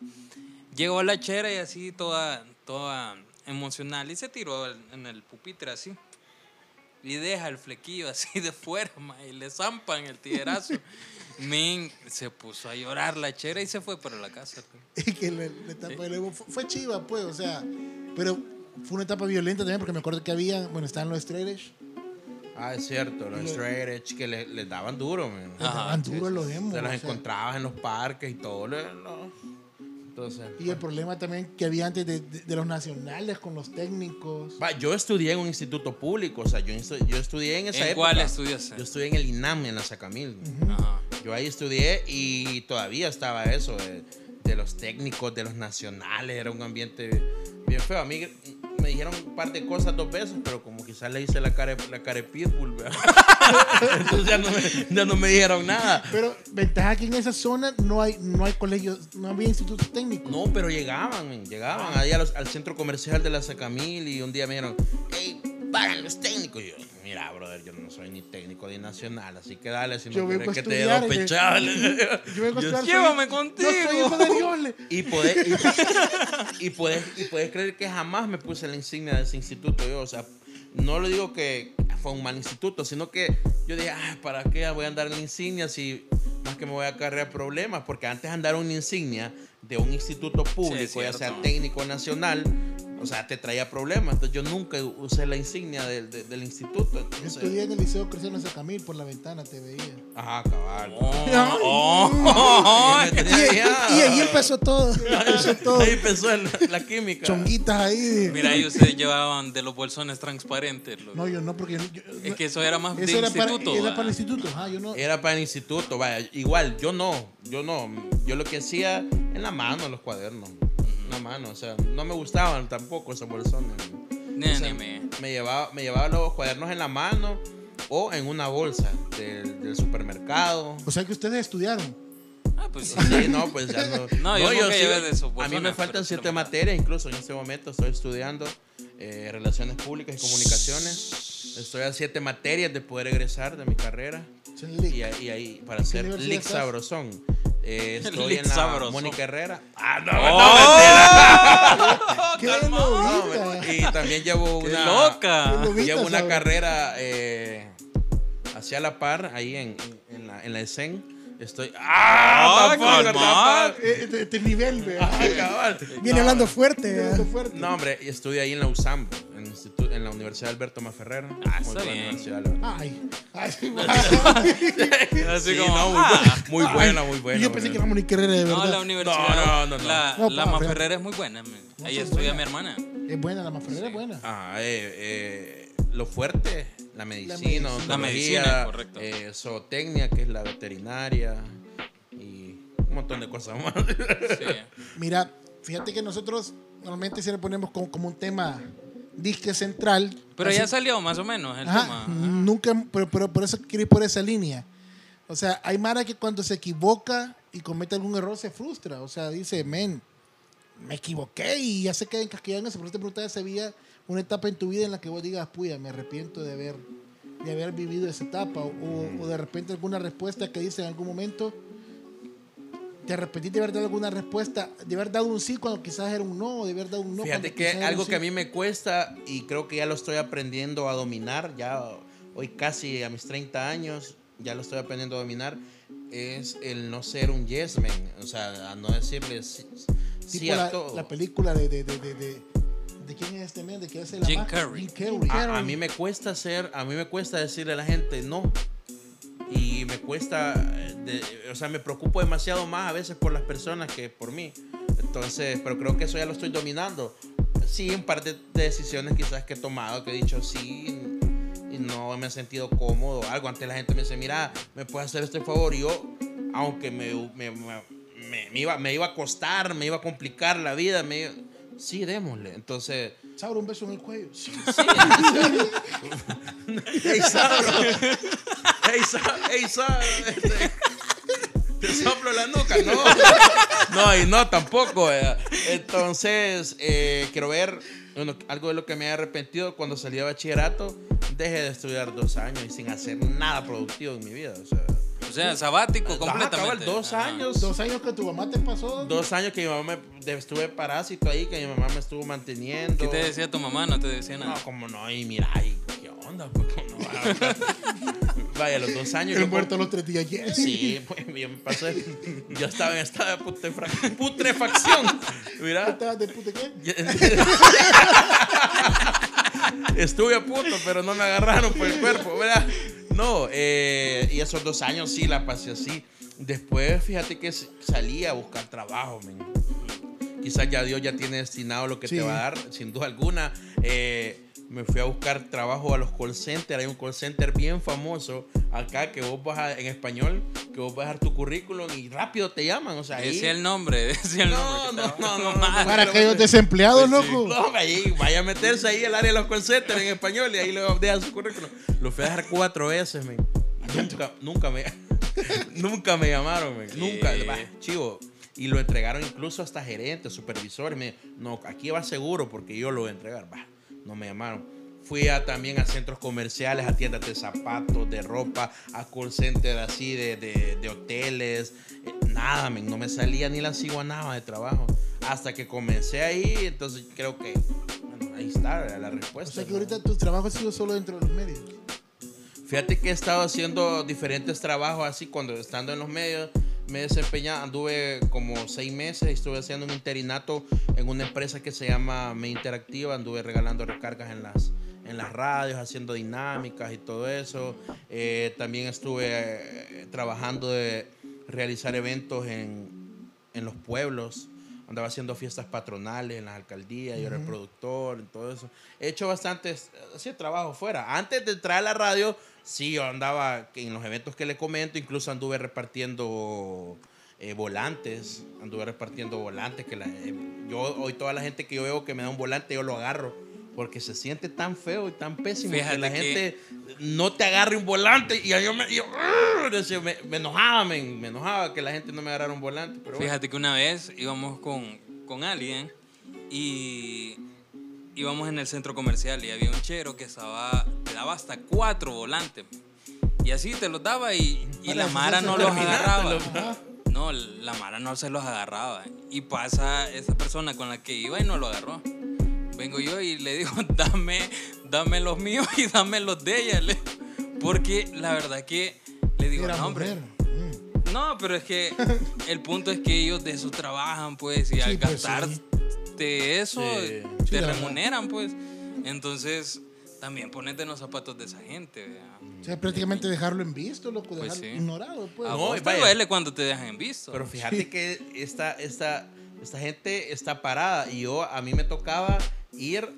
Speaker 1: Llegó la chera y así toda, toda emocional y se tiró al- en el pupitre así. Y deja el flequillo así de fuera, ma, y le zampan el
Speaker 2: (laughs)
Speaker 1: tijerazo. Men, se puso a llorar la chera y se fue para la casa. pues.
Speaker 2: (laughs) Y que le, le tapa el ego. Fue, fue chiva, pues, o sea. Pero fue una etapa violenta también, porque me acuerdo que había, bueno, estaban los straight edge,
Speaker 3: Ah, es cierto, los straight edge que le- les daban duro, man.
Speaker 5: Ah,
Speaker 2: estaban duros los emos.
Speaker 3: Se
Speaker 2: o
Speaker 3: los
Speaker 2: sea.
Speaker 3: encontrabas en los parques y todo. le- lo- Entonces.
Speaker 2: Y el problema también que había antes de, de- de los nacionales con los técnicos.
Speaker 3: Va, yo estudié en un instituto público, o sea, yo, estu- yo estudié en esa
Speaker 1: ¿En
Speaker 3: época.
Speaker 1: cuál estudiaste?
Speaker 3: Yo estudié en el INAM, en la Sacamil.
Speaker 1: Ajá.
Speaker 3: Yo ahí estudié y todavía estaba eso, de, de los técnicos, de los nacionales, era un ambiente bien feo. A mí me dijeron un par de cosas dos veces, pero como quizás le hice la cara, la cara de pitbull, ¿verdad? (laughs) entonces ya no, me, ya no me dijeron nada.
Speaker 2: Pero ventaja que en esa zona no hay, no hay colegios, no había institutos técnicos.
Speaker 3: No, pero llegaban, men, llegaban ahí a los- al centro comercial de la Sacamil y un día me dijeron, hey, pagan los técnicos. Y yo, mira, brother, yo no soy ni técnico ni nacional, así que dale, si
Speaker 2: Yo
Speaker 3: no quieres
Speaker 2: vengo a
Speaker 3: que te dé
Speaker 2: estudiar,
Speaker 3: dos
Speaker 2: eh.
Speaker 3: pechales.
Speaker 2: Yo vengo a estudiar,
Speaker 1: Llévame
Speaker 2: soy- Yo soy hijo
Speaker 1: contigo.
Speaker 2: de Dios. le-
Speaker 3: Y podés, y, y podés- y podés creer que jamás me puse la insignia de ese instituto. Yo, o sea, no lo digo que fue un mal instituto, sino que yo dije, "Ah, ¿para qué voy a andar en la insignia si más que me voy a acarrear problemas? Porque antes andar una insignia de un instituto público, ya sea
Speaker 1: cierto.
Speaker 3: técnico nacional, o sea, te traía problemas. Entonces yo nunca usé la insignia del, de- del instituto.
Speaker 2: Yo
Speaker 3: Entonces,
Speaker 2: estudié en el Liceo Cristiano Sacamil, por la ventana te veía.
Speaker 3: Ajá, cabal.
Speaker 1: Oh, oh,
Speaker 3: Me
Speaker 5: Y,
Speaker 3: tenía
Speaker 5: y
Speaker 3: guiado.
Speaker 5: ahí empezó todo.
Speaker 3: Ahí empezó la, la química.
Speaker 2: Chonguitas ahí.
Speaker 1: Mira, y ustedes llevaban de los bolsones transparentes. loco.
Speaker 2: No, yo no, porque. yo- yo-
Speaker 1: es que eso era más de
Speaker 2: eso era para,
Speaker 1: instituto.
Speaker 2: era
Speaker 1: ¿va? Eh.
Speaker 2: para el instituto. Ah, yo no.
Speaker 3: Era para el instituto, vaya, igual, yo no, yo no, yo lo que hacía en la mano los cuadernos, en la mano, o sea, no me gustaban tampoco esos bolsones.
Speaker 1: Ni-
Speaker 3: O sea,
Speaker 1: ni me-
Speaker 3: me llevaba, me llevaba los cuadernos en la mano o en una bolsa del, del supermercado.
Speaker 2: O sea que ustedes estudiaron.
Speaker 1: Ah, pues sí.
Speaker 3: Sí, no, pues ya no.
Speaker 1: No, yo nunca llevé de esos
Speaker 3: A mí me
Speaker 1: bolsones,
Speaker 3: faltan
Speaker 1: pero sí
Speaker 3: siete
Speaker 1: lo-
Speaker 3: materias, incluso en este momento estoy estudiando eh, relaciones públicas y comunicaciones. Estoy a siete materias de poder egresar de mi carrera.
Speaker 2: Son
Speaker 3: Y,
Speaker 2: lic-
Speaker 3: ahí- y ahí, para ser
Speaker 2: universidad
Speaker 3: Lick
Speaker 2: estás?
Speaker 3: Sabrosón.
Speaker 1: (laughs)
Speaker 3: Eh, estoy
Speaker 1: Lick
Speaker 3: en la
Speaker 1: Sabrosón.
Speaker 3: Mónica
Speaker 2: (laughs)
Speaker 3: Herrera. Ah, (laughs) no,
Speaker 2: ¡Qué novita!
Speaker 3: no, Y también llevo
Speaker 1: ¡Qué
Speaker 3: una.
Speaker 1: loca!
Speaker 2: Qué novita,
Speaker 3: Llevo una
Speaker 2: ¿sabes?
Speaker 3: carrera eh, hacia la par, ahí en, en la, en la ESEN. Estoy.
Speaker 1: Ah,
Speaker 3: ¡Ah! tampoco,
Speaker 1: calmar.
Speaker 3: tampoco.
Speaker 2: Eh, de- de nivel, vea.
Speaker 3: Ah, cabal.
Speaker 5: Viene
Speaker 3: No,
Speaker 5: hablando fuerte. ¿verdad?
Speaker 3: No, hombre, y estudio ahí en la USAM, en, el instituto- en la Universidad Alberto Maferrer.
Speaker 1: Ah,
Speaker 3: Muy
Speaker 1: está
Speaker 3: buena
Speaker 1: bien.
Speaker 3: universidad, la verdad.
Speaker 2: Ay,
Speaker 3: (laughs)
Speaker 2: ay,
Speaker 1: Así
Speaker 3: Sí,
Speaker 1: como,
Speaker 3: no, muy,
Speaker 1: ah.
Speaker 3: bu- muy buena, muy buena.
Speaker 2: yo
Speaker 3: muy
Speaker 2: pensé que
Speaker 3: buena.
Speaker 2: era Monique Herrera de
Speaker 1: No,
Speaker 2: verdad.
Speaker 1: la universidad.
Speaker 3: No, no, no, no.
Speaker 1: La,
Speaker 2: No,
Speaker 1: la
Speaker 2: pa,
Speaker 1: Maferrera es muy buena. men. Ahí
Speaker 2: son
Speaker 1: estudia
Speaker 2: buenas.
Speaker 1: mi hermana.
Speaker 2: Es buena, la maferrera es buena.
Speaker 3: Ajá, Ah, eh, eh, lo fuerte, la medicina,
Speaker 2: medicina.
Speaker 3: odontología,
Speaker 1: La medicina, correcto.
Speaker 3: eh, zootecnia, que es la veterinaria, y un montón de cosas más. (laughs)
Speaker 1: Sí.
Speaker 2: Mira, fíjate que nosotros normalmente si le ponemos como, como un tema disque central.
Speaker 1: Pero
Speaker 2: así-
Speaker 1: ya salió más o menos el
Speaker 2: Ajá,
Speaker 1: tema.
Speaker 2: nunca, pero, pero por eso quiero ir por esa línea. O sea, hay Mara que cuando se equivoca y comete algún error se frustra. O sea, dice, men, me equivoqué y ya se queda encasquillado en eso. Por eso te preguntaba si había una etapa en tu vida en la que vos digas, puya, me arrepiento de haber, de haber vivido esa etapa. O,
Speaker 3: Mm.
Speaker 2: o de repente alguna respuesta que dice en algún momento, te arrepentí de haber dado alguna respuesta, de haber dado un sí cuando quizás era un no, o de haber dado un no.
Speaker 3: Fíjate
Speaker 2: cuando
Speaker 3: que
Speaker 2: quizás era un
Speaker 3: algo
Speaker 2: sí.
Speaker 3: que a mí me cuesta y creo que ya lo estoy aprendiendo a dominar, ya hoy casi a mis 30 años, ya lo estoy aprendiendo a dominar, es el no ser un yes man, o sea, a no decirle sí, sí
Speaker 2: Tipo
Speaker 3: a
Speaker 2: la,
Speaker 3: todo.
Speaker 2: la película de, de, de, de, de, de quién es este men, de que hace la
Speaker 1: Jim
Speaker 2: magia?
Speaker 1: Carrey.
Speaker 2: Jim Carrey.
Speaker 3: Ah, A, a mí me cuesta hacer, a mí me cuesta decirle a la gente no. Y me cuesta, eh, de- o sea, me preocupo demasiado más a veces por las personas que por mí. Entonces, pero creo que eso ya lo estoy dominando. Sí, un par de, de decisiones quizás que he tomado, que he dicho sí y no me he sentido cómodo o algo. Antes la gente me dice, mira, ¿me puedes hacer este favor? Y yo, aunque me, me, me- me- me iba, me iba a costar, me iba a complicar la vida, me iba- sí, démosle. Entonces...
Speaker 2: Sauro, un beso en el cuello. (laughs)
Speaker 1: (laughs)
Speaker 3: ¡Ey, Sabro! ¡Ey, Sabro! ¡Ey, Sabro! Este, te soplo la nuca, no. No, y no, tampoco. eh. Entonces, eh, quiero ver Bueno, algo de lo que me he arrepentido cuando salí de bachillerato, dejé de estudiar dos años y sin hacer nada productivo en mi vida. O sea,
Speaker 1: O sea, sabático completamente.
Speaker 3: Ajá, cabal, Ah, dos
Speaker 1: Ajá.
Speaker 3: años.
Speaker 2: Dos años que tu mamá te pasó.
Speaker 3: Dos años que mi mamá me de- estuve parásito ahí, que mi mamá me estuvo manteniendo.
Speaker 1: ¿Qué te decía tu mamá? No te decía
Speaker 3: No,
Speaker 1: nada.
Speaker 3: como no, y mira, y qué onda, pues, ¿cómo no va
Speaker 1: (laughs)
Speaker 3: a hablar? Vaya, los dos años.
Speaker 2: el
Speaker 3: yo
Speaker 2: muerto a los tres días. yes.
Speaker 3: Sí, pues yo me pasé. Yo estaba en estado de putrefra- putrefacción. Mira.
Speaker 2: Estabas de puta, ¿qué?
Speaker 3: (laughs) Estuve a punto, pero no me agarraron por el cuerpo, ¿verdad? No, eh, y esos dos años sí la pasé así. Después, fíjate que s- salí a buscar trabajo, men. Quizás ya Dios ya tiene destinado lo que
Speaker 2: Sí.
Speaker 3: te va a dar, sin duda alguna. Eh, me fui a buscar trabajo a los call centers. Hay un call center bien famoso acá que vos vas a- en español, que vos vas a dar tu currículum y rápido te llaman. O sea, ahí-
Speaker 1: Decía el nombre, (laughs) decía el
Speaker 3: No,
Speaker 1: nombre. que
Speaker 3: no,
Speaker 1: estaba- (laughs)
Speaker 3: no, no, no,
Speaker 1: madre.
Speaker 2: Para aquellos desempleados,
Speaker 3: Pues sí.
Speaker 2: loco.
Speaker 3: No, hombre, ahí vaya a meterse ahí el área de los call centers en español y ahí le dejan su currículum. Lo fui a dejar cuatro veces, men. Y Nunca, nunca me, (laughs) nunca me llamaron, men. Nunca,
Speaker 1: Sí.
Speaker 3: va, chivo. Y lo entregaron incluso hasta gerentes, supervisores. Me, no, aquí va seguro porque yo lo voy a entregar. Va, no me llamaron. Fui a, también a centros comerciales, a tiendas de zapatos, de ropa, a call centers así de, de- de hoteles. Eh, Nada, men, no me salía ni la ciguanaba de trabajo. Hasta que comencé ahí, entonces creo que bueno, ahí está la- la
Speaker 2: O
Speaker 3: respuesta.
Speaker 2: sea que
Speaker 3: ¿no?
Speaker 2: ahorita tu trabajo ha sido solo dentro de los medios.
Speaker 3: Fíjate que he estado haciendo diferentes trabajos así cuando estando en los medios. Me desempeñaba, anduve como seis meses, estuve haciendo un interinato en una empresa que se llama Me Interactiva, anduve regalando recargas en las, en las radios, haciendo dinámicas y todo eso. Eh, también estuve eh, trabajando de realizar eventos en, en los pueblos, andaba haciendo fiestas patronales en las alcaldías, yo era el productor, y todo eso. He hecho bastantes, hacía trabajo fuera. Antes de entrar a la radio, sí, yo andaba en los eventos que le comento, incluso anduve repartiendo eh, volantes, anduve repartiendo volantes, que la- eh, yo hoy toda la gente que yo veo que me da un volante, yo lo agarro. Porque se siente tan feo y tan pésimo que
Speaker 1: Fíjate
Speaker 3: la
Speaker 1: que-
Speaker 3: gente no te agarre un volante. Y yo me, yo, "Arr", decía, me, me enojaba, men, me enojaba que la gente no me agarrara un volante. Pero bueno.
Speaker 1: Fíjate que una vez íbamos con, con alguien y íbamos en el centro comercial y había un chero que estaba, te daba hasta cuatro volantes. Y así te los daba y, y la
Speaker 2: Para
Speaker 1: Mara no los
Speaker 2: deshacerse
Speaker 1: agarraba.
Speaker 3: Ajá.
Speaker 1: No, la Mara no se los agarraba. Y pasa esa persona con la que iba y no lo agarró. Vengo yo y le digo, (laughs) dame, dame los míos y dame los de ella. le- Porque la verdad que le digo,
Speaker 2: Era
Speaker 1: no, hombre.
Speaker 2: mujer. Mm.
Speaker 1: No, pero es
Speaker 2: (laughs)
Speaker 1: que el punto es que ellos de eso trabajan, pues, y al
Speaker 2: Sí, pues,
Speaker 1: gastar
Speaker 2: sí.
Speaker 1: de eso,
Speaker 3: Sí.
Speaker 2: Sí,
Speaker 1: te
Speaker 2: la verdad.
Speaker 1: remuneran, pues. Entonces, también ponete en los zapatos de esa gente, vea.
Speaker 2: O sea, prácticamente dejarlo en visto, loco,
Speaker 1: Pues
Speaker 2: dejarlo
Speaker 1: sí.
Speaker 2: ignorado. Pues.
Speaker 1: A
Speaker 3: No,
Speaker 1: vos
Speaker 3: y
Speaker 1: te
Speaker 3: vaya.
Speaker 1: duele cuando te dejan en visto.
Speaker 3: Pero fíjate que esta, esta, esta gente está parada y yo a mí me tocaba ir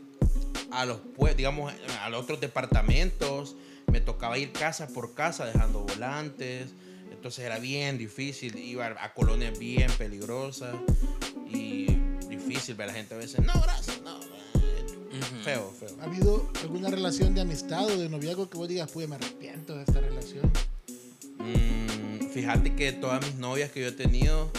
Speaker 3: a los pue- digamos, a los otros departamentos, me tocaba ir casa por casa dejando volantes, entonces era bien difícil, iba a colonias bien peligrosas y difícil ver a la gente a veces, no, gracias, no, eh,
Speaker 1: Ujú.
Speaker 3: feo, feo.
Speaker 2: ¿Ha habido alguna relación de amistad o de noviazgo que vos digas, pues me arrepiento de esta relación?
Speaker 3: Mm, fíjate que todas mis novias que yo he tenido,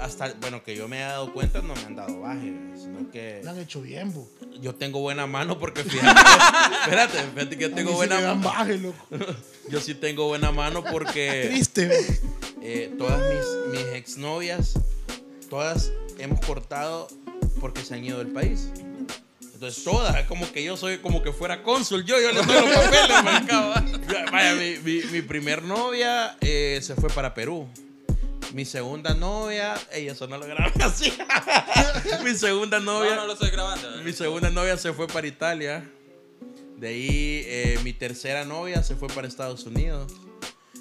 Speaker 3: hasta, bueno, que yo me he dado cuenta, no me han dado baje, sino que...
Speaker 2: La han hecho bien, bo.
Speaker 3: Yo tengo buena mano porque fíjate.
Speaker 2: (laughs)
Speaker 3: espérate, fíjate que yo
Speaker 2: A
Speaker 3: tengo
Speaker 2: mí sí
Speaker 3: buena
Speaker 2: me dan
Speaker 3: mano.
Speaker 2: baje, loco.
Speaker 3: Yo sí tengo buena mano
Speaker 2: (laughs)
Speaker 3: porque
Speaker 2: Triste,
Speaker 3: (laughs)
Speaker 2: bo.
Speaker 3: eh, todas mis, mis exnovias, todas hemos cortado porque se han ido del país. Entonces todas, es como que yo soy como que fuera cónsul, yo, yo le doy los papeles,
Speaker 2: (laughs)
Speaker 3: man, cabrón. Vaya, mi, mi, mi primer novia eh, se fue para Perú. Mi segunda novia, ey, eso no lo grabé así. (laughs) mi segunda novia.
Speaker 1: No, no lo estoy grabando. ¿eh?
Speaker 3: Mi segunda novia se fue para Italia. De ahí eh, mi tercera novia se fue para Estados Unidos.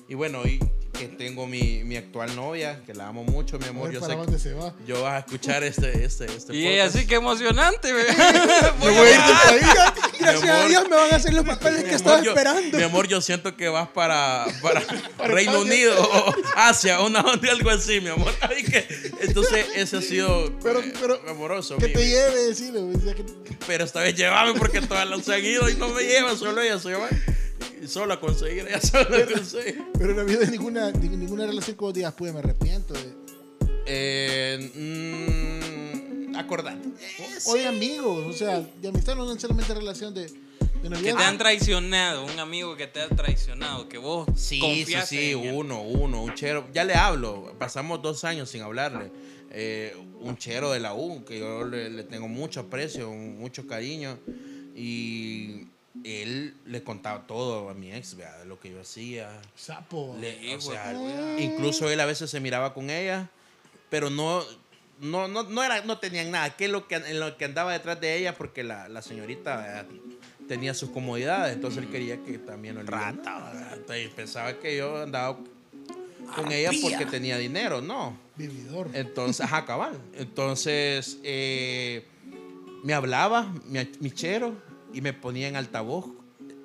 Speaker 3: Y bueno, y que tengo mi, mi actual novia, que la amo mucho, (laughs) mi
Speaker 2: A
Speaker 3: amor.
Speaker 2: ver
Speaker 3: Yo
Speaker 2: para
Speaker 3: sé
Speaker 2: dónde
Speaker 3: que
Speaker 2: se va.
Speaker 3: yo vas a escuchar este, este, este
Speaker 1: Y ella,
Speaker 3: podcast.
Speaker 1: sí que emocionante,
Speaker 2: (laughs)
Speaker 1: vea. Voy a-
Speaker 2: Ah,
Speaker 5: Gracias
Speaker 3: Mi
Speaker 5: a
Speaker 3: amor.
Speaker 5: Dios me van a hacer los papeles
Speaker 3: Mi
Speaker 5: que
Speaker 3: amor,
Speaker 5: estaba
Speaker 3: yo-
Speaker 5: esperando.
Speaker 3: Mi amor, yo siento que vas para,
Speaker 2: (laughs)
Speaker 3: para Reino Unido o Asia, una onda algo así, mi amor. (laughs) Ay, que- entonces, ese ha sido
Speaker 2: Pero-
Speaker 3: eh,
Speaker 2: pero-
Speaker 3: amoroso.
Speaker 2: Que
Speaker 3: mi-
Speaker 2: te lleve, decirle, bo. O sea, que-
Speaker 3: Pero esta vez llévame porque todas las han ido y no me llevan, solo ella se va. Y solo a conseguir, ella solo a conseguir.
Speaker 2: Pero no ha habido ninguna, ni- ninguna relación que vos digas, pues me arrepiento de.
Speaker 3: Eh, mm, acordate.
Speaker 2: O de amigos, o sea, de amistad no necesariamente relación de, de
Speaker 1: Que
Speaker 2: noviazgo.
Speaker 1: te han traicionado, un amigo que te ha traicionado, que vos
Speaker 3: Sí, sí,
Speaker 1: confiaste
Speaker 3: sí,
Speaker 1: en él.
Speaker 3: uno, uno, un chero. Ya le hablo, pasamos dos años sin hablarle. Eh, un chero de la U, que yo le, le tengo mucho aprecio, un- mucho cariño. Y él le contaba todo a mi ex, vea, de lo que yo hacía.
Speaker 2: Sapo.
Speaker 3: Le- o
Speaker 1: hijo
Speaker 3: sea,
Speaker 1: de
Speaker 3: incluso él a veces se miraba con ella, pero no, no, no, no, era, no tenían nada. Que lo que, en lo que andaba detrás de ella, porque la, la señorita eh, tenía sus comodidades, entonces él quería que también lo Rata. Y pensaba que yo andaba con ella porque tenía dinero, no.
Speaker 2: Vividor.
Speaker 3: Entonces, ajá, cabal. Entonces, eh, me hablaba, mi, mi chero, y me ponía en altavoz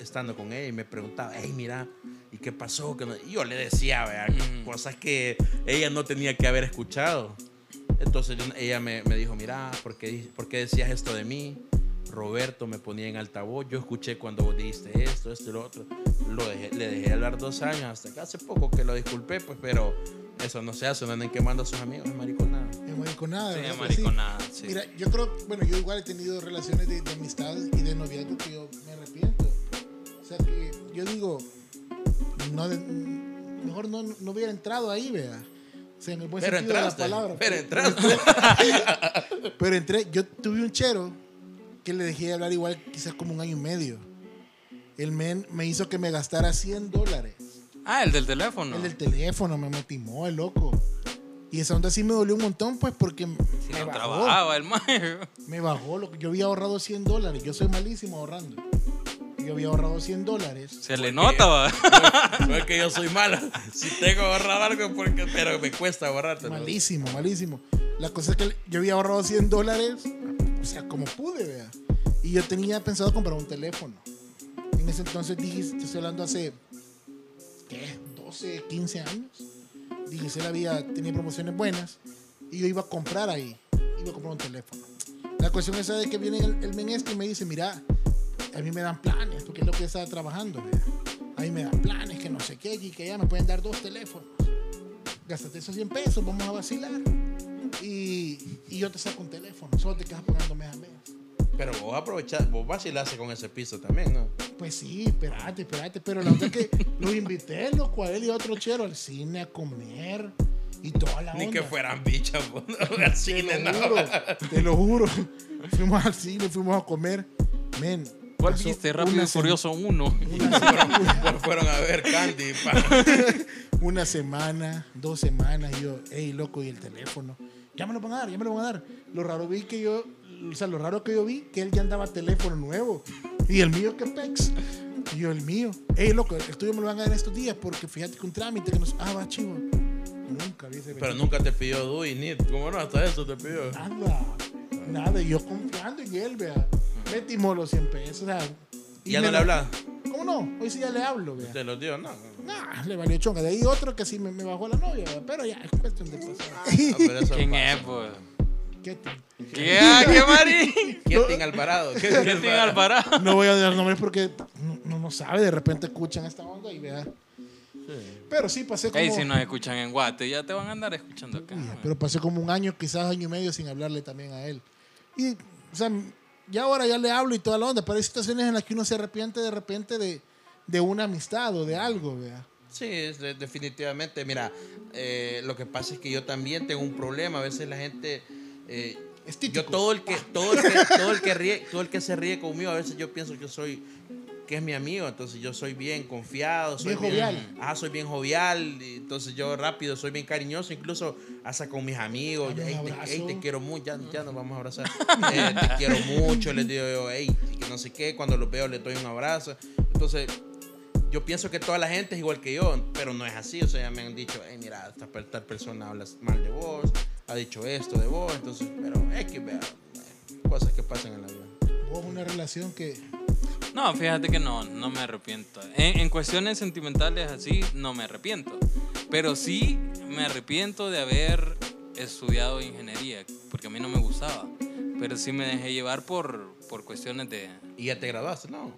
Speaker 3: estando con ella y me preguntaba, hey, mira, ¿y qué pasó? Que no-?" Y yo le decía, vea,
Speaker 1: Mm.
Speaker 3: cosas que ella no tenía que haber escuchado. Entonces yo- ella me, me dijo, mira, ¿por qué, di- ¿por qué decías esto de mí? Roberto me ponía en altavoz, yo escuché cuando vos dijiste esto, esto y lo otro. Lo dejé- le dejé de hablar dos años, hasta que hace poco que lo disculpé, pues, pero eso no se hace, no anden quemando a sus amigos, es mariconada.
Speaker 2: En mariconada.
Speaker 1: Sí,
Speaker 2: ¿verdad? Pues
Speaker 1: en mariconada, sí.
Speaker 2: Mira, yo creo, bueno, yo igual he tenido relaciones de, de amistad y de noviazgo que yo me arrepiento. O sea, que yo digo, no, de- mejor no, no hubiera entrado ahí, vea. O sea, en el buen
Speaker 3: Pero
Speaker 2: sentido
Speaker 3: entraste,
Speaker 2: de la palabra.
Speaker 3: pero entraste.
Speaker 2: Pero entré, yo tuve un chero que le dejé de hablar igual quizás como un año y medio. El men me hizo que me gastara 100 dólares.
Speaker 1: Ah, el del teléfono.
Speaker 2: El del teléfono me motivó, el loco. Y esa onda sí me dolió un montón, pues, porque
Speaker 1: Si
Speaker 2: me
Speaker 1: no
Speaker 2: bajó.
Speaker 1: trabajaba el mayo.
Speaker 2: (laughs) Me bajó, lo que yo había ahorrado 100 dólares. Yo soy malísimo ahorrando. Yo había ahorrado 100 dólares.
Speaker 1: Se le nota, va.
Speaker 3: No es que yo soy malo. Si tengo que borrar algo, porque, pero me cuesta borrarte.
Speaker 2: Malísimo, malísimo. La cosa es que yo había ahorrado 100 dólares, o sea, como pude, vea. Y yo tenía pensado comprar un teléfono. En ese entonces dije, te estoy hablando hace, ¿qué? 12, 15 años. Digicel había, tenía promociones buenas y yo iba a comprar ahí. Iba a comprar un teléfono. La cuestión es de que viene el, el men este y me dice, mira, a mí me dan planes, porque es lo que estaba trabajando, vea. A mí me dan planes, que no sé qué, y que ya me pueden dar dos teléfonos gastate esos 100 pesos, vamos a vacilar. Y, y yo te saco un teléfono, solo te quedas pagando mes a mes.
Speaker 3: Pero vos aprovechás, vos vacilaste con ese piso también, ¿no?
Speaker 2: Pues sí, espérate, espérate, pero la verdad es que
Speaker 3: (laughs)
Speaker 2: los invité, loco, a él y a otro chero al cine, a comer y toda la
Speaker 3: Ni
Speaker 2: onda.
Speaker 3: que fueran bichas, (laughs) vos, no, al cine,
Speaker 2: Te
Speaker 3: no.
Speaker 2: lo juro, te lo juro. Fuimos al cine, fuimos a comer. Men,
Speaker 1: ¿Cuál
Speaker 2: pasó
Speaker 1: viste? Rápido
Speaker 2: una
Speaker 1: y Furioso 1.
Speaker 2: sema- Una semana,
Speaker 3: Por- Fueron a ver Candy. pa.
Speaker 2: una semana, dos semanas, y yo, hey, loco, y el teléfono. Ya me lo van a dar, ya me lo van a dar. Lo raro vi que yo, o sea, lo raro que yo vi, que él ya andaba teléfono nuevo. Y el mío, que pex. Y yo, el mío. Hey, loco, el tuyo me lo van a dar estos días porque fíjate que un trámite que nos. Ah, va, chivo. Nunca vi ese
Speaker 3: Pero
Speaker 2: bendito.
Speaker 3: nunca te pidió Do y Need. ¿Cómo no? Hasta eso te pidió.
Speaker 2: Nada, nada. Y yo confiando en él, vea. Metimos los 100 pesos, o sea. y
Speaker 3: ¿Ya
Speaker 2: me
Speaker 3: no le
Speaker 2: lo-
Speaker 3: hablas?
Speaker 2: ¿Cómo no? Hoy sí ya le hablo, vea.
Speaker 3: Te los
Speaker 2: (laughs)
Speaker 3: dio, no. Ah, no.
Speaker 2: Nah, le valió chonga. De ahí otro que sí me, me bajó la novia, ¿verdad? pero ya, es cuestión de pasar.
Speaker 3: Ah, pero
Speaker 1: (laughs)
Speaker 3: eso
Speaker 1: ¿Quién
Speaker 3: pasa.
Speaker 1: es, pues?
Speaker 2: ¿Qué te-
Speaker 1: ¿Qué? ah, ¿Qué marín?
Speaker 3: ¿Quién tiene Alvarado? ¿Quién tiene
Speaker 1: ¿Qué tiene Alvarado?
Speaker 2: No voy a dar nombres porque no, no, no sabe, de repente escuchan esta onda y vea. Pero sí, pasé como,
Speaker 1: Ey, si nos escuchan en Guate, ya te van a andar escuchando acá.
Speaker 2: Uy,
Speaker 1: man.
Speaker 2: pero pasé como un año, quizás año y medio sin hablarle también a él. Y, o sea, ya ahora ya le hablo y toda la onda, pero hay situaciones en las que uno se arrepiente de repente de, de una amistad o de algo, vea.
Speaker 3: Sí, es de- definitivamente. Mira, eh, lo que pasa es que yo también tengo un problema. A veces la gente. eh,
Speaker 2: Es
Speaker 3: yo
Speaker 2: típico.
Speaker 3: todo el que todo el que, todo el que ríe, todo el que se ríe conmigo, a veces yo pienso que soy que es mi amigo, entonces yo soy bien confiado, soy
Speaker 2: Bien jovial.
Speaker 3: Ah, soy bien jovial, y entonces yo rápido, soy bien cariñoso, incluso hasta con mis amigos,
Speaker 2: Dame
Speaker 3: "Ey,
Speaker 2: un
Speaker 3: te-
Speaker 2: abrazo.
Speaker 3: ey, te quiero mucho, ya, ya nos vamos a (laughs) abrazar. Eh, te quiero mucho, les digo yo, hey, que no sé qué, cuando los veo les doy un abrazo. Entonces, yo pienso que toda la gente es igual que yo, pero no es así. O sea, ya me han dicho, hey, mira, esta, per- tal persona habla mal de vos, ha dicho esto de vos, entonces, pero es que vea, eh, cosas que pasan en la vida.
Speaker 2: O una relación que...
Speaker 1: No, fíjate que no, no me arrepiento. En, en cuestiones sentimentales así, no me arrepiento. Pero sí me arrepiento de haber estudiado ingeniería, porque a mí no me gustaba. Pero sí me dejé llevar por, por cuestiones de...
Speaker 3: Y ya te graduaste, ¿no?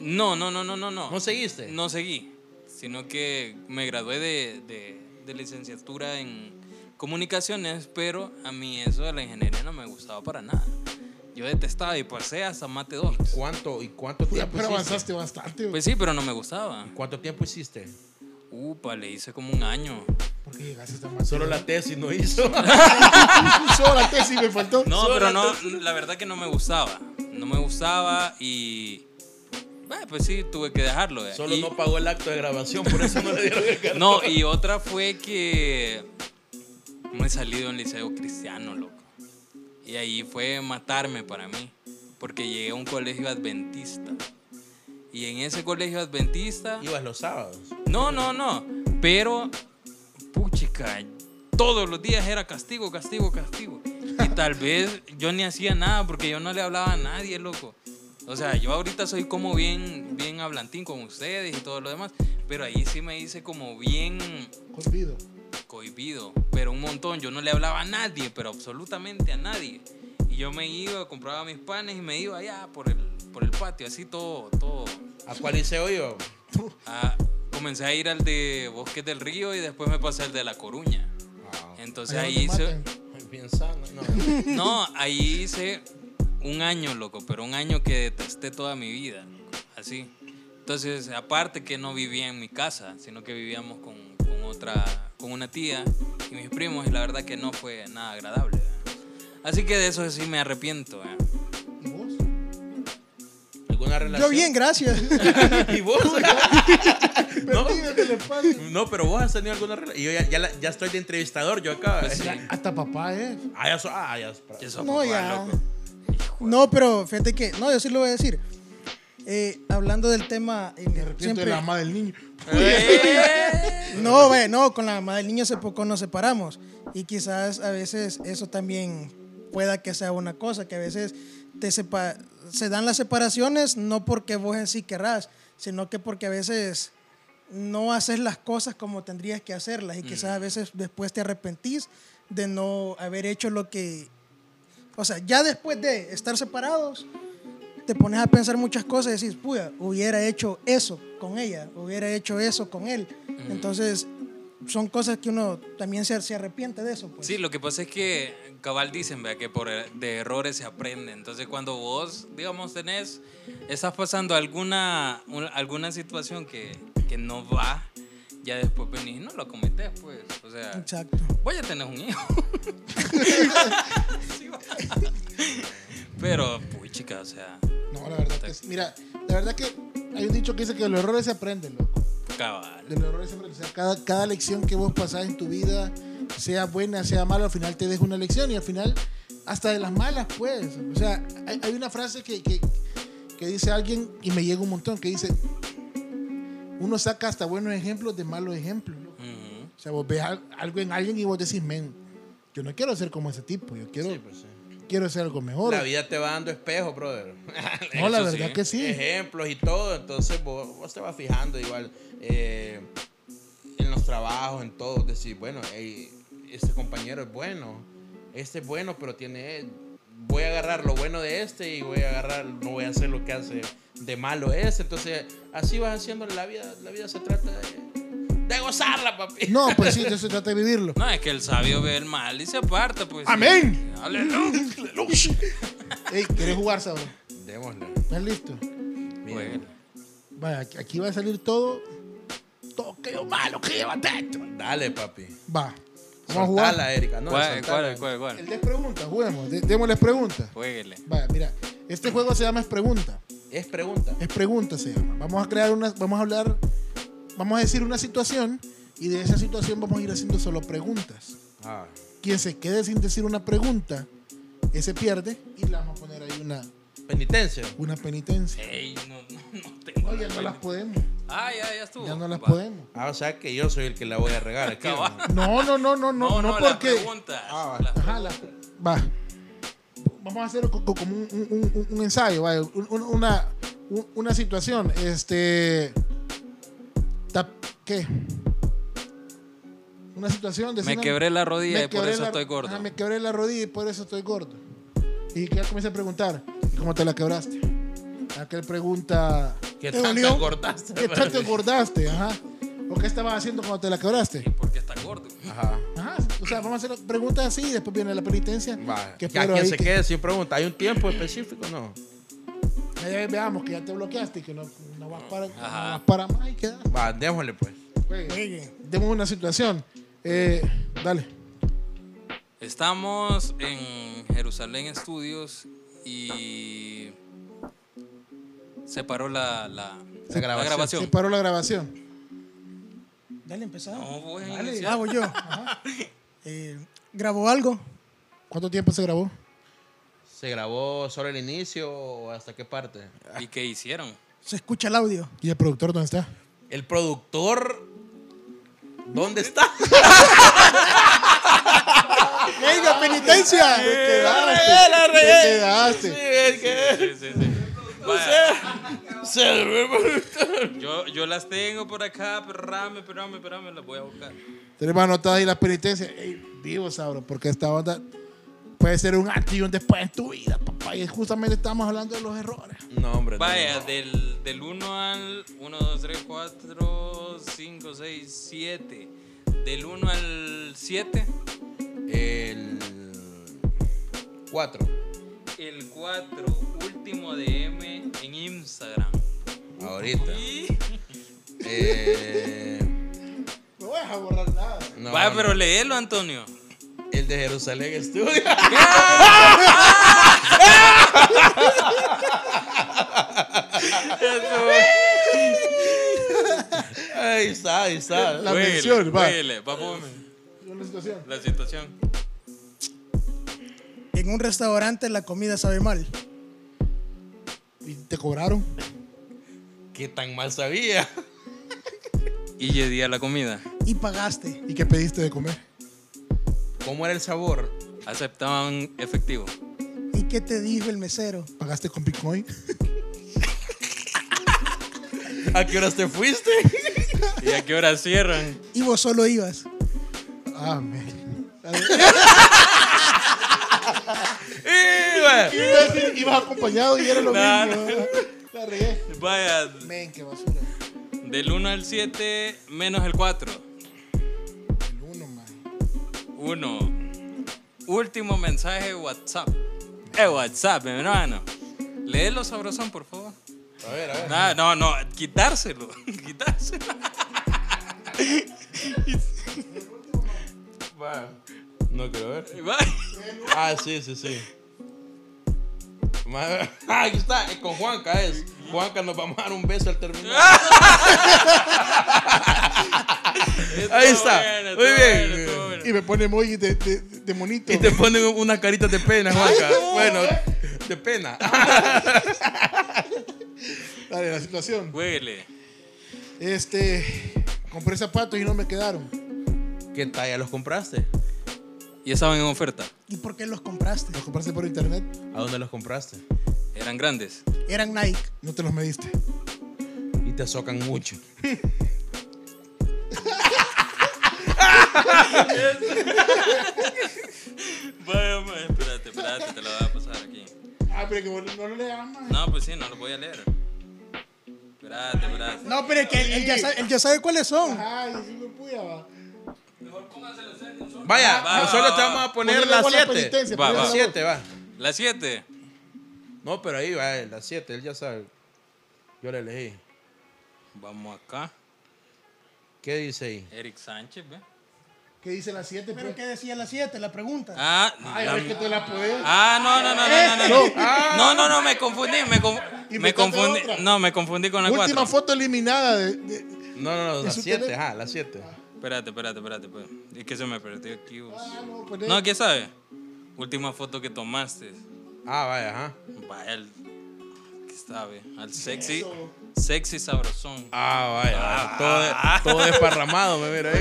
Speaker 1: No, no, no, no, no, no.
Speaker 3: ¿No seguiste?
Speaker 1: No seguí, sino que me gradué de, de- de licenciatura en comunicaciones, pero a mí eso de la ingeniería no me gustaba para nada. Yo detestaba y pasé hasta mate 2.
Speaker 3: ¿Cuánto y cuánto
Speaker 2: Puta,
Speaker 3: tiempo
Speaker 2: pero
Speaker 3: hiciste?
Speaker 2: avanzaste bastante.
Speaker 1: Pues sí, pero no me gustaba.
Speaker 3: ¿Cuánto tiempo hiciste?
Speaker 1: Upa, le hice como un año.
Speaker 2: ¿Por qué llegaste tan mal?
Speaker 3: Solo la tesis no (laughs) hizo.
Speaker 2: Solo la tesis me faltó.
Speaker 1: No,
Speaker 3: Solo
Speaker 1: pero no, la verdad que no me gustaba. No me gustaba y. bueno, pues sí, tuve que dejarlo. eh.
Speaker 3: Solo
Speaker 1: Y-
Speaker 3: no pagó el acto de grabación, por eso no le dieron el cartón.
Speaker 1: No, y otra fue que me salí de un liceo cristiano, loco. Y ahí fue matarme para mí, porque llegué a un colegio adventista. Y en ese colegio adventista...
Speaker 3: Ibas los sábados.
Speaker 1: No, no, no. Pero, puchica, todos los días era castigo, castigo, castigo. Y tal vez yo ni hacía nada porque yo no le hablaba a nadie, loco. O sea, yo ahorita soy como bien, bien hablantín con ustedes y todo lo demás. Pero ahí sí me hice como bien
Speaker 2: Olvido.
Speaker 1: cohibido. Pero un montón. Yo no le hablaba a nadie, pero absolutamente a nadie. Y yo me iba, compraba mis panes y me iba allá por el, por el patio, así todo, todo
Speaker 3: ¿A cuál liceo iba?
Speaker 1: Ah, comencé a ir al de Bosques del Río y después me pasé al de La Coruña. Entonces
Speaker 2: Ahí
Speaker 1: ahí
Speaker 2: no te
Speaker 1: hice,
Speaker 2: matan.
Speaker 3: Bien sano. No.
Speaker 1: no, ahí hice un año, loco, pero un año que detesté toda mi vida, loco, así. Entonces, aparte que no vivía en mi casa, sino que vivíamos con, con otra, con una tía y mis primos, y la verdad que no fue nada agradable. ¿verdad? Así que de eso sí me arrepiento. ¿verdad?
Speaker 2: ¿Y vos?
Speaker 3: ¿Alguna
Speaker 5: Yo
Speaker 3: relación?
Speaker 5: bien, gracias.
Speaker 3: (laughs) ¿Y vos? no,
Speaker 2: Perdida del espacio.
Speaker 3: no, pero vos has tenido alguna relación. Yo ya, ya, la- ya estoy de entrevistador, yo acá.
Speaker 1: Pues sí.
Speaker 2: Hasta papá, ¿eh?
Speaker 3: Ah, ya. so- Ah, ya. so-
Speaker 1: Eso,
Speaker 5: No,
Speaker 1: papá,
Speaker 5: ya.
Speaker 1: loco.
Speaker 5: No, pero fíjate que, no, yo sí lo voy a decir. Eh, hablando del tema, eh,
Speaker 2: Me arrepiento
Speaker 5: siempre-
Speaker 2: de la mamá del niño.
Speaker 1: Eh.
Speaker 5: No, ve, no, con la mamá del niño hace poco nos separamos. Y quizás a veces eso también pueda que sea una cosa, que a veces te sepa- se dan las separaciones no porque vos en sí querrás, sino que porque a veces no haces las cosas como tendrías que hacerlas. Y quizás
Speaker 1: Mm.
Speaker 5: a veces después te arrepentís de no haber hecho lo que... O sea, ya después de estar separados, te pones a pensar muchas cosas y decís, puya, hubiera hecho eso con ella, hubiera hecho eso con él.
Speaker 1: Mm.
Speaker 5: Entonces, son cosas que uno también se, se arrepiente de eso. Pues.
Speaker 1: Sí, lo que pasa es que cabal dicen, vea, que por er, de errores se aprende. Entonces, cuando vos, digamos, tenés, estás pasando alguna, un- alguna situación que, que no va, ya después venís y no lo cometés, pues. O sea,
Speaker 5: Exacto.
Speaker 1: voy a tener un hijo. Sí, va. Pero, pues, chica, o sea,
Speaker 2: No, la verdad que sí. Mira, la verdad que hay un dicho que dice que de los errores se aprenden, loco.
Speaker 1: cabal.
Speaker 2: De los errores se aprenden. O sea, cada, cada lección que vos pasás en tu vida, sea buena, sea mala, al final te deja una lección y al final, hasta de las malas, pues. O sea, hay, hay una frase que, que, que dice alguien y me llega un montón, que dice, uno saca hasta buenos ejemplos de malos ejemplos, loco.
Speaker 1: Ujú.
Speaker 2: O sea, vos ves al- algo en alguien y vos decís, men, yo no quiero ser como ese tipo, yo quiero,
Speaker 3: Sí, pues sí.
Speaker 2: quiero ser algo mejor.
Speaker 3: La vida te va dando espejo, brother.
Speaker 2: no, la
Speaker 1: eso
Speaker 2: verdad
Speaker 1: sí.
Speaker 2: que sí.
Speaker 3: ejemplos y todo. Entonces vos, vos te vas fijando igual eh, en los trabajos, en todo. Decir, bueno, ey, este compañero es bueno, este es bueno, pero tiene. Voy a agarrar lo bueno de este y voy a agarrar, no voy a hacer lo que hace de malo este. Entonces, así vas haciendo la vida. La vida se trata de, de gozarla, papi.
Speaker 2: No, pues sí, de eso se trata de vivirlo.
Speaker 1: No, es que el sabio ve el mal y se aparta, pues.
Speaker 2: Amén.
Speaker 1: Aleluya.
Speaker 2: Ey, ¿quieres jugar, Sabro?
Speaker 3: Démosle.
Speaker 2: ¿Estás listo?
Speaker 1: Bueno.
Speaker 2: Vaya, aquí- aquí va a salir todo. Todo que yo malo que lleva dentro.
Speaker 3: Dale, papi.
Speaker 2: Va. Vamos a jugar.
Speaker 3: Soltala, Erika. No,
Speaker 1: ¿Cuál,
Speaker 3: soltala.
Speaker 1: cuál, cuál,
Speaker 2: El
Speaker 1: cuál?
Speaker 2: de preguntas, juguemos. de- démosles preguntas.
Speaker 1: Jueguele.
Speaker 2: Vaya, mira. Este juego se llama Es Pregunta.
Speaker 3: Es pregunta.
Speaker 2: Es Pregunta se llama. Vamos a crear una. Vamos a hablar. Vamos a decir una situación. Y de esa situación vamos a ir haciendo solo preguntas.
Speaker 3: Ah,
Speaker 2: Quien se quede sin decir una pregunta, ese pierde. Y le vamos a poner ahí una,
Speaker 3: penitencia.
Speaker 2: una penitencia.
Speaker 1: Ey, no, no, no tengo.
Speaker 2: No, ya
Speaker 1: la
Speaker 2: no las
Speaker 1: pena.
Speaker 2: podemos.
Speaker 1: Ah, ya, ya estuvo.
Speaker 2: Ya no las
Speaker 1: Va.
Speaker 2: podemos.
Speaker 3: Ah, o sea que yo soy el que la voy a regar aquí.
Speaker 1: Cabal.
Speaker 3: ¿no?
Speaker 2: No, no, no, no, no, no, porque.
Speaker 1: las preguntas.
Speaker 3: Ah,
Speaker 1: Las-
Speaker 2: Ajá, la- va. Vamos a hacer co- co- como un, un- un- un ensayo, vaya, un- un- una, un- una situación. Este. tap- ¿Qué? Una situación de.
Speaker 1: Me quebré la rodilla
Speaker 2: me
Speaker 1: y por
Speaker 2: quebré
Speaker 1: eso
Speaker 2: la-
Speaker 1: estoy gordo.
Speaker 2: Ajá, me quebré la rodilla y por eso estoy gordo. Y que ya comencé a preguntar, ¿y cómo te la quebraste? Aquel pregunta,
Speaker 3: ¿Qué
Speaker 2: ¿te
Speaker 3: tanto
Speaker 2: dolió?
Speaker 3: engordaste?
Speaker 2: ¿qué tanto engordaste? Ajá. ¿O qué estabas haciendo cuando te la quebraste?
Speaker 1: Porque está gordo.
Speaker 3: Ajá.
Speaker 2: Ajá, o sea, vamos a hacer preguntas así y después viene la penitencia.
Speaker 3: Va.
Speaker 2: que
Speaker 3: Que a
Speaker 2: espero
Speaker 3: quien
Speaker 2: ahí
Speaker 3: se
Speaker 2: que-
Speaker 3: quede sin pregunta. ¿Hay un tiempo específico? No.
Speaker 2: Ya, ya veamos que ya te bloqueaste y que no, no vas, para, no vas para más y quedas.
Speaker 3: Va, démosle pues.
Speaker 2: Juegue. Demos una situación. Eh, dale.
Speaker 1: Estamos en Jerusalén Studios y se paró la, la,
Speaker 3: La
Speaker 1: la
Speaker 3: grabación.
Speaker 1: grabación.
Speaker 2: Se paró la grabación.
Speaker 5: Dale, empezamos.
Speaker 1: No, voy a
Speaker 5: Dale,
Speaker 1: iniciar.
Speaker 5: hago yo. Ajá. Eh, ¿Grabó algo?
Speaker 2: ¿Cuánto tiempo se grabó?
Speaker 3: ¿Se grabó solo el inicio o hasta qué parte?
Speaker 1: ¿Y qué hicieron?
Speaker 5: ¿Se escucha el audio?
Speaker 2: ¿Y el productor dónde está?
Speaker 3: El productor. ¿Dónde (laughs) está?
Speaker 2: ¡Venga, penitencia! Ah, ¡Te quedaste!
Speaker 3: Eh, la
Speaker 2: ¡Te
Speaker 3: regué.
Speaker 2: quedaste!
Speaker 3: Sí, es
Speaker 1: Sí, sí, sí. Vaya,
Speaker 3: que- se-
Speaker 1: yo, yo las tengo por acá, perrame, perrame, perrame, las voy a buscar.
Speaker 2: Tenemos anotadas ahí las penitencias. Ey, vivo, Sabro, porque esta onda puede ser un antes y un después en tu vida, papá. Y justamente estamos hablando de los errores.
Speaker 3: No, hombre. no,
Speaker 1: Vaya,
Speaker 3: no.
Speaker 1: del, del 1 al 1, 2, 3, 4, 5, 6, 7. Del 1 al 7,
Speaker 3: El. 4.
Speaker 1: el 4, último DM en Instagram.
Speaker 3: Ahorita.
Speaker 1: Y...
Speaker 3: Eh,
Speaker 2: No vas a borrar nada.
Speaker 3: no,
Speaker 1: Vaya,
Speaker 3: no.
Speaker 1: pero léelo, Antonio.
Speaker 3: El de
Speaker 1: (laughs)
Speaker 3: Jerusalén Studio. ahí está, ahí está.
Speaker 2: La
Speaker 1: Huele,
Speaker 2: mención, va.
Speaker 1: huele, vamos,
Speaker 2: Una situación.
Speaker 1: La situación.
Speaker 5: En un restaurante la comida sabe mal.
Speaker 2: ¿Y te cobraron?
Speaker 3: ¿Qué tan mal sabía?
Speaker 1: Y llegué a la comida.
Speaker 5: Y pagaste.
Speaker 2: ¿Y qué pediste de comer?
Speaker 3: ¿Cómo era el sabor?
Speaker 1: Aceptaban efectivo.
Speaker 5: ¿Y qué te dijo el mesero?
Speaker 2: ¿Pagaste con Bitcoin? (laughs)
Speaker 3: ¿A qué horas te fuiste?
Speaker 1: ¿Y a qué hora cierran?
Speaker 5: Y vos solo ibas.
Speaker 2: Ah,
Speaker 3: (laughs)
Speaker 2: Amén.
Speaker 3: Sí, güey.
Speaker 2: Ibas acompañado y era lo
Speaker 1: No,
Speaker 2: mismo. La regué.
Speaker 1: Vaya,
Speaker 2: Men, qué basura.
Speaker 1: del 1 al 7 menos el 4.
Speaker 2: El uno, man.
Speaker 1: 1. Último mensaje WhatsApp. Eh, WhatsApp, mi hermano. Léelo sabrosón, por
Speaker 3: (laughs)
Speaker 1: favor.
Speaker 3: A ver, a ver.
Speaker 1: Nah, no, no, quitárselo. (laughs) quitárselo.
Speaker 3: Va. No quiero ver.
Speaker 1: Vaya.
Speaker 3: Ah, sí, sí, sí. Ma- (laughs) Ah, aquí está, eh, con Juanca es. Juanca nos vamos a dar un beso al terminar. Ahí está.
Speaker 1: Ah, bueno,
Speaker 3: Muy
Speaker 1: estuvo
Speaker 3: bien.
Speaker 1: bueno, estuvo bueno.
Speaker 2: Y me pone emoji de, de, de monito.
Speaker 3: Y te ponen unas caritas de pena, Juanca. Bueno, de pena.
Speaker 2: Dale, la situación.
Speaker 1: Jueguele.
Speaker 2: Este, compré zapatos y no me quedaron.
Speaker 3: ¿Qué talla los compraste?
Speaker 1: Ya estaban en oferta.
Speaker 5: ¿Y por qué los compraste?
Speaker 2: Los compraste por internet,
Speaker 3: ¿A dónde los compraste?
Speaker 1: Eran grandes.
Speaker 5: Eran Nike.
Speaker 2: no te los mediste.
Speaker 3: Y te socan mucho.
Speaker 1: Vaya, ma, espérate, espérate, te lo voy a pasar aquí.
Speaker 2: Ah, pero que vos no lo leas, man.
Speaker 1: No, pues sí, no lo voy a leer. Espérate, espérate.
Speaker 5: No, pero es que él, él ya sabe, él ya sabe cuáles son.
Speaker 2: Ay, sí me puya, va.
Speaker 1: Mejor pónganselo ustedes de un solo.
Speaker 3: Vaya,
Speaker 1: Va,
Speaker 3: nosotros
Speaker 1: va,
Speaker 3: te
Speaker 1: va.
Speaker 3: vamos a poner
Speaker 2: Ah, Ponele
Speaker 3: las
Speaker 2: vos la
Speaker 3: 7.
Speaker 2: penitencia,
Speaker 1: Va, va.
Speaker 2: ponele la
Speaker 3: Las
Speaker 2: vos.
Speaker 3: 7, va.
Speaker 1: La 7.
Speaker 3: No, pero ahí va, eh, las 7, él ya sabe. Yo le leí.
Speaker 1: Vamos acá.
Speaker 3: ¿Qué dice ahí?
Speaker 1: Eric Sánchez, ¿ve?
Speaker 2: ¿Qué dice la pues? 7?
Speaker 5: ¿Pero qué decía la 7? La pregunta.
Speaker 1: Ah,
Speaker 2: Ay,
Speaker 1: la-
Speaker 2: a ver que te la podés.
Speaker 1: ah, no, no, no, no, no, no. No, no, no, me confundí, me, con-
Speaker 2: Y
Speaker 1: me
Speaker 2: metete
Speaker 1: confundí.
Speaker 2: otra.
Speaker 1: No, me confundí con la
Speaker 2: Última
Speaker 1: 4.
Speaker 2: foto eliminada de, de-
Speaker 3: No, no, no,
Speaker 2: ¿Y
Speaker 3: las
Speaker 2: su
Speaker 3: 7,
Speaker 2: teléfono?
Speaker 3: ajá, las 7.
Speaker 1: Espérate, espérate, espérate. pues. Es que se me perdió aquí. vos.
Speaker 2: Ah, no,
Speaker 1: No,
Speaker 2: ponele.
Speaker 1: aquí sabe. Última foto que tomaste.
Speaker 3: Ah, vaya, ajá.
Speaker 1: Vaya, el- ¿qué sabe? Al sexy, sexy sabrosón.
Speaker 3: Ah, vaya,
Speaker 2: ah.
Speaker 3: todo, todo desparramado, me
Speaker 2: (laughs)
Speaker 3: mira ahí.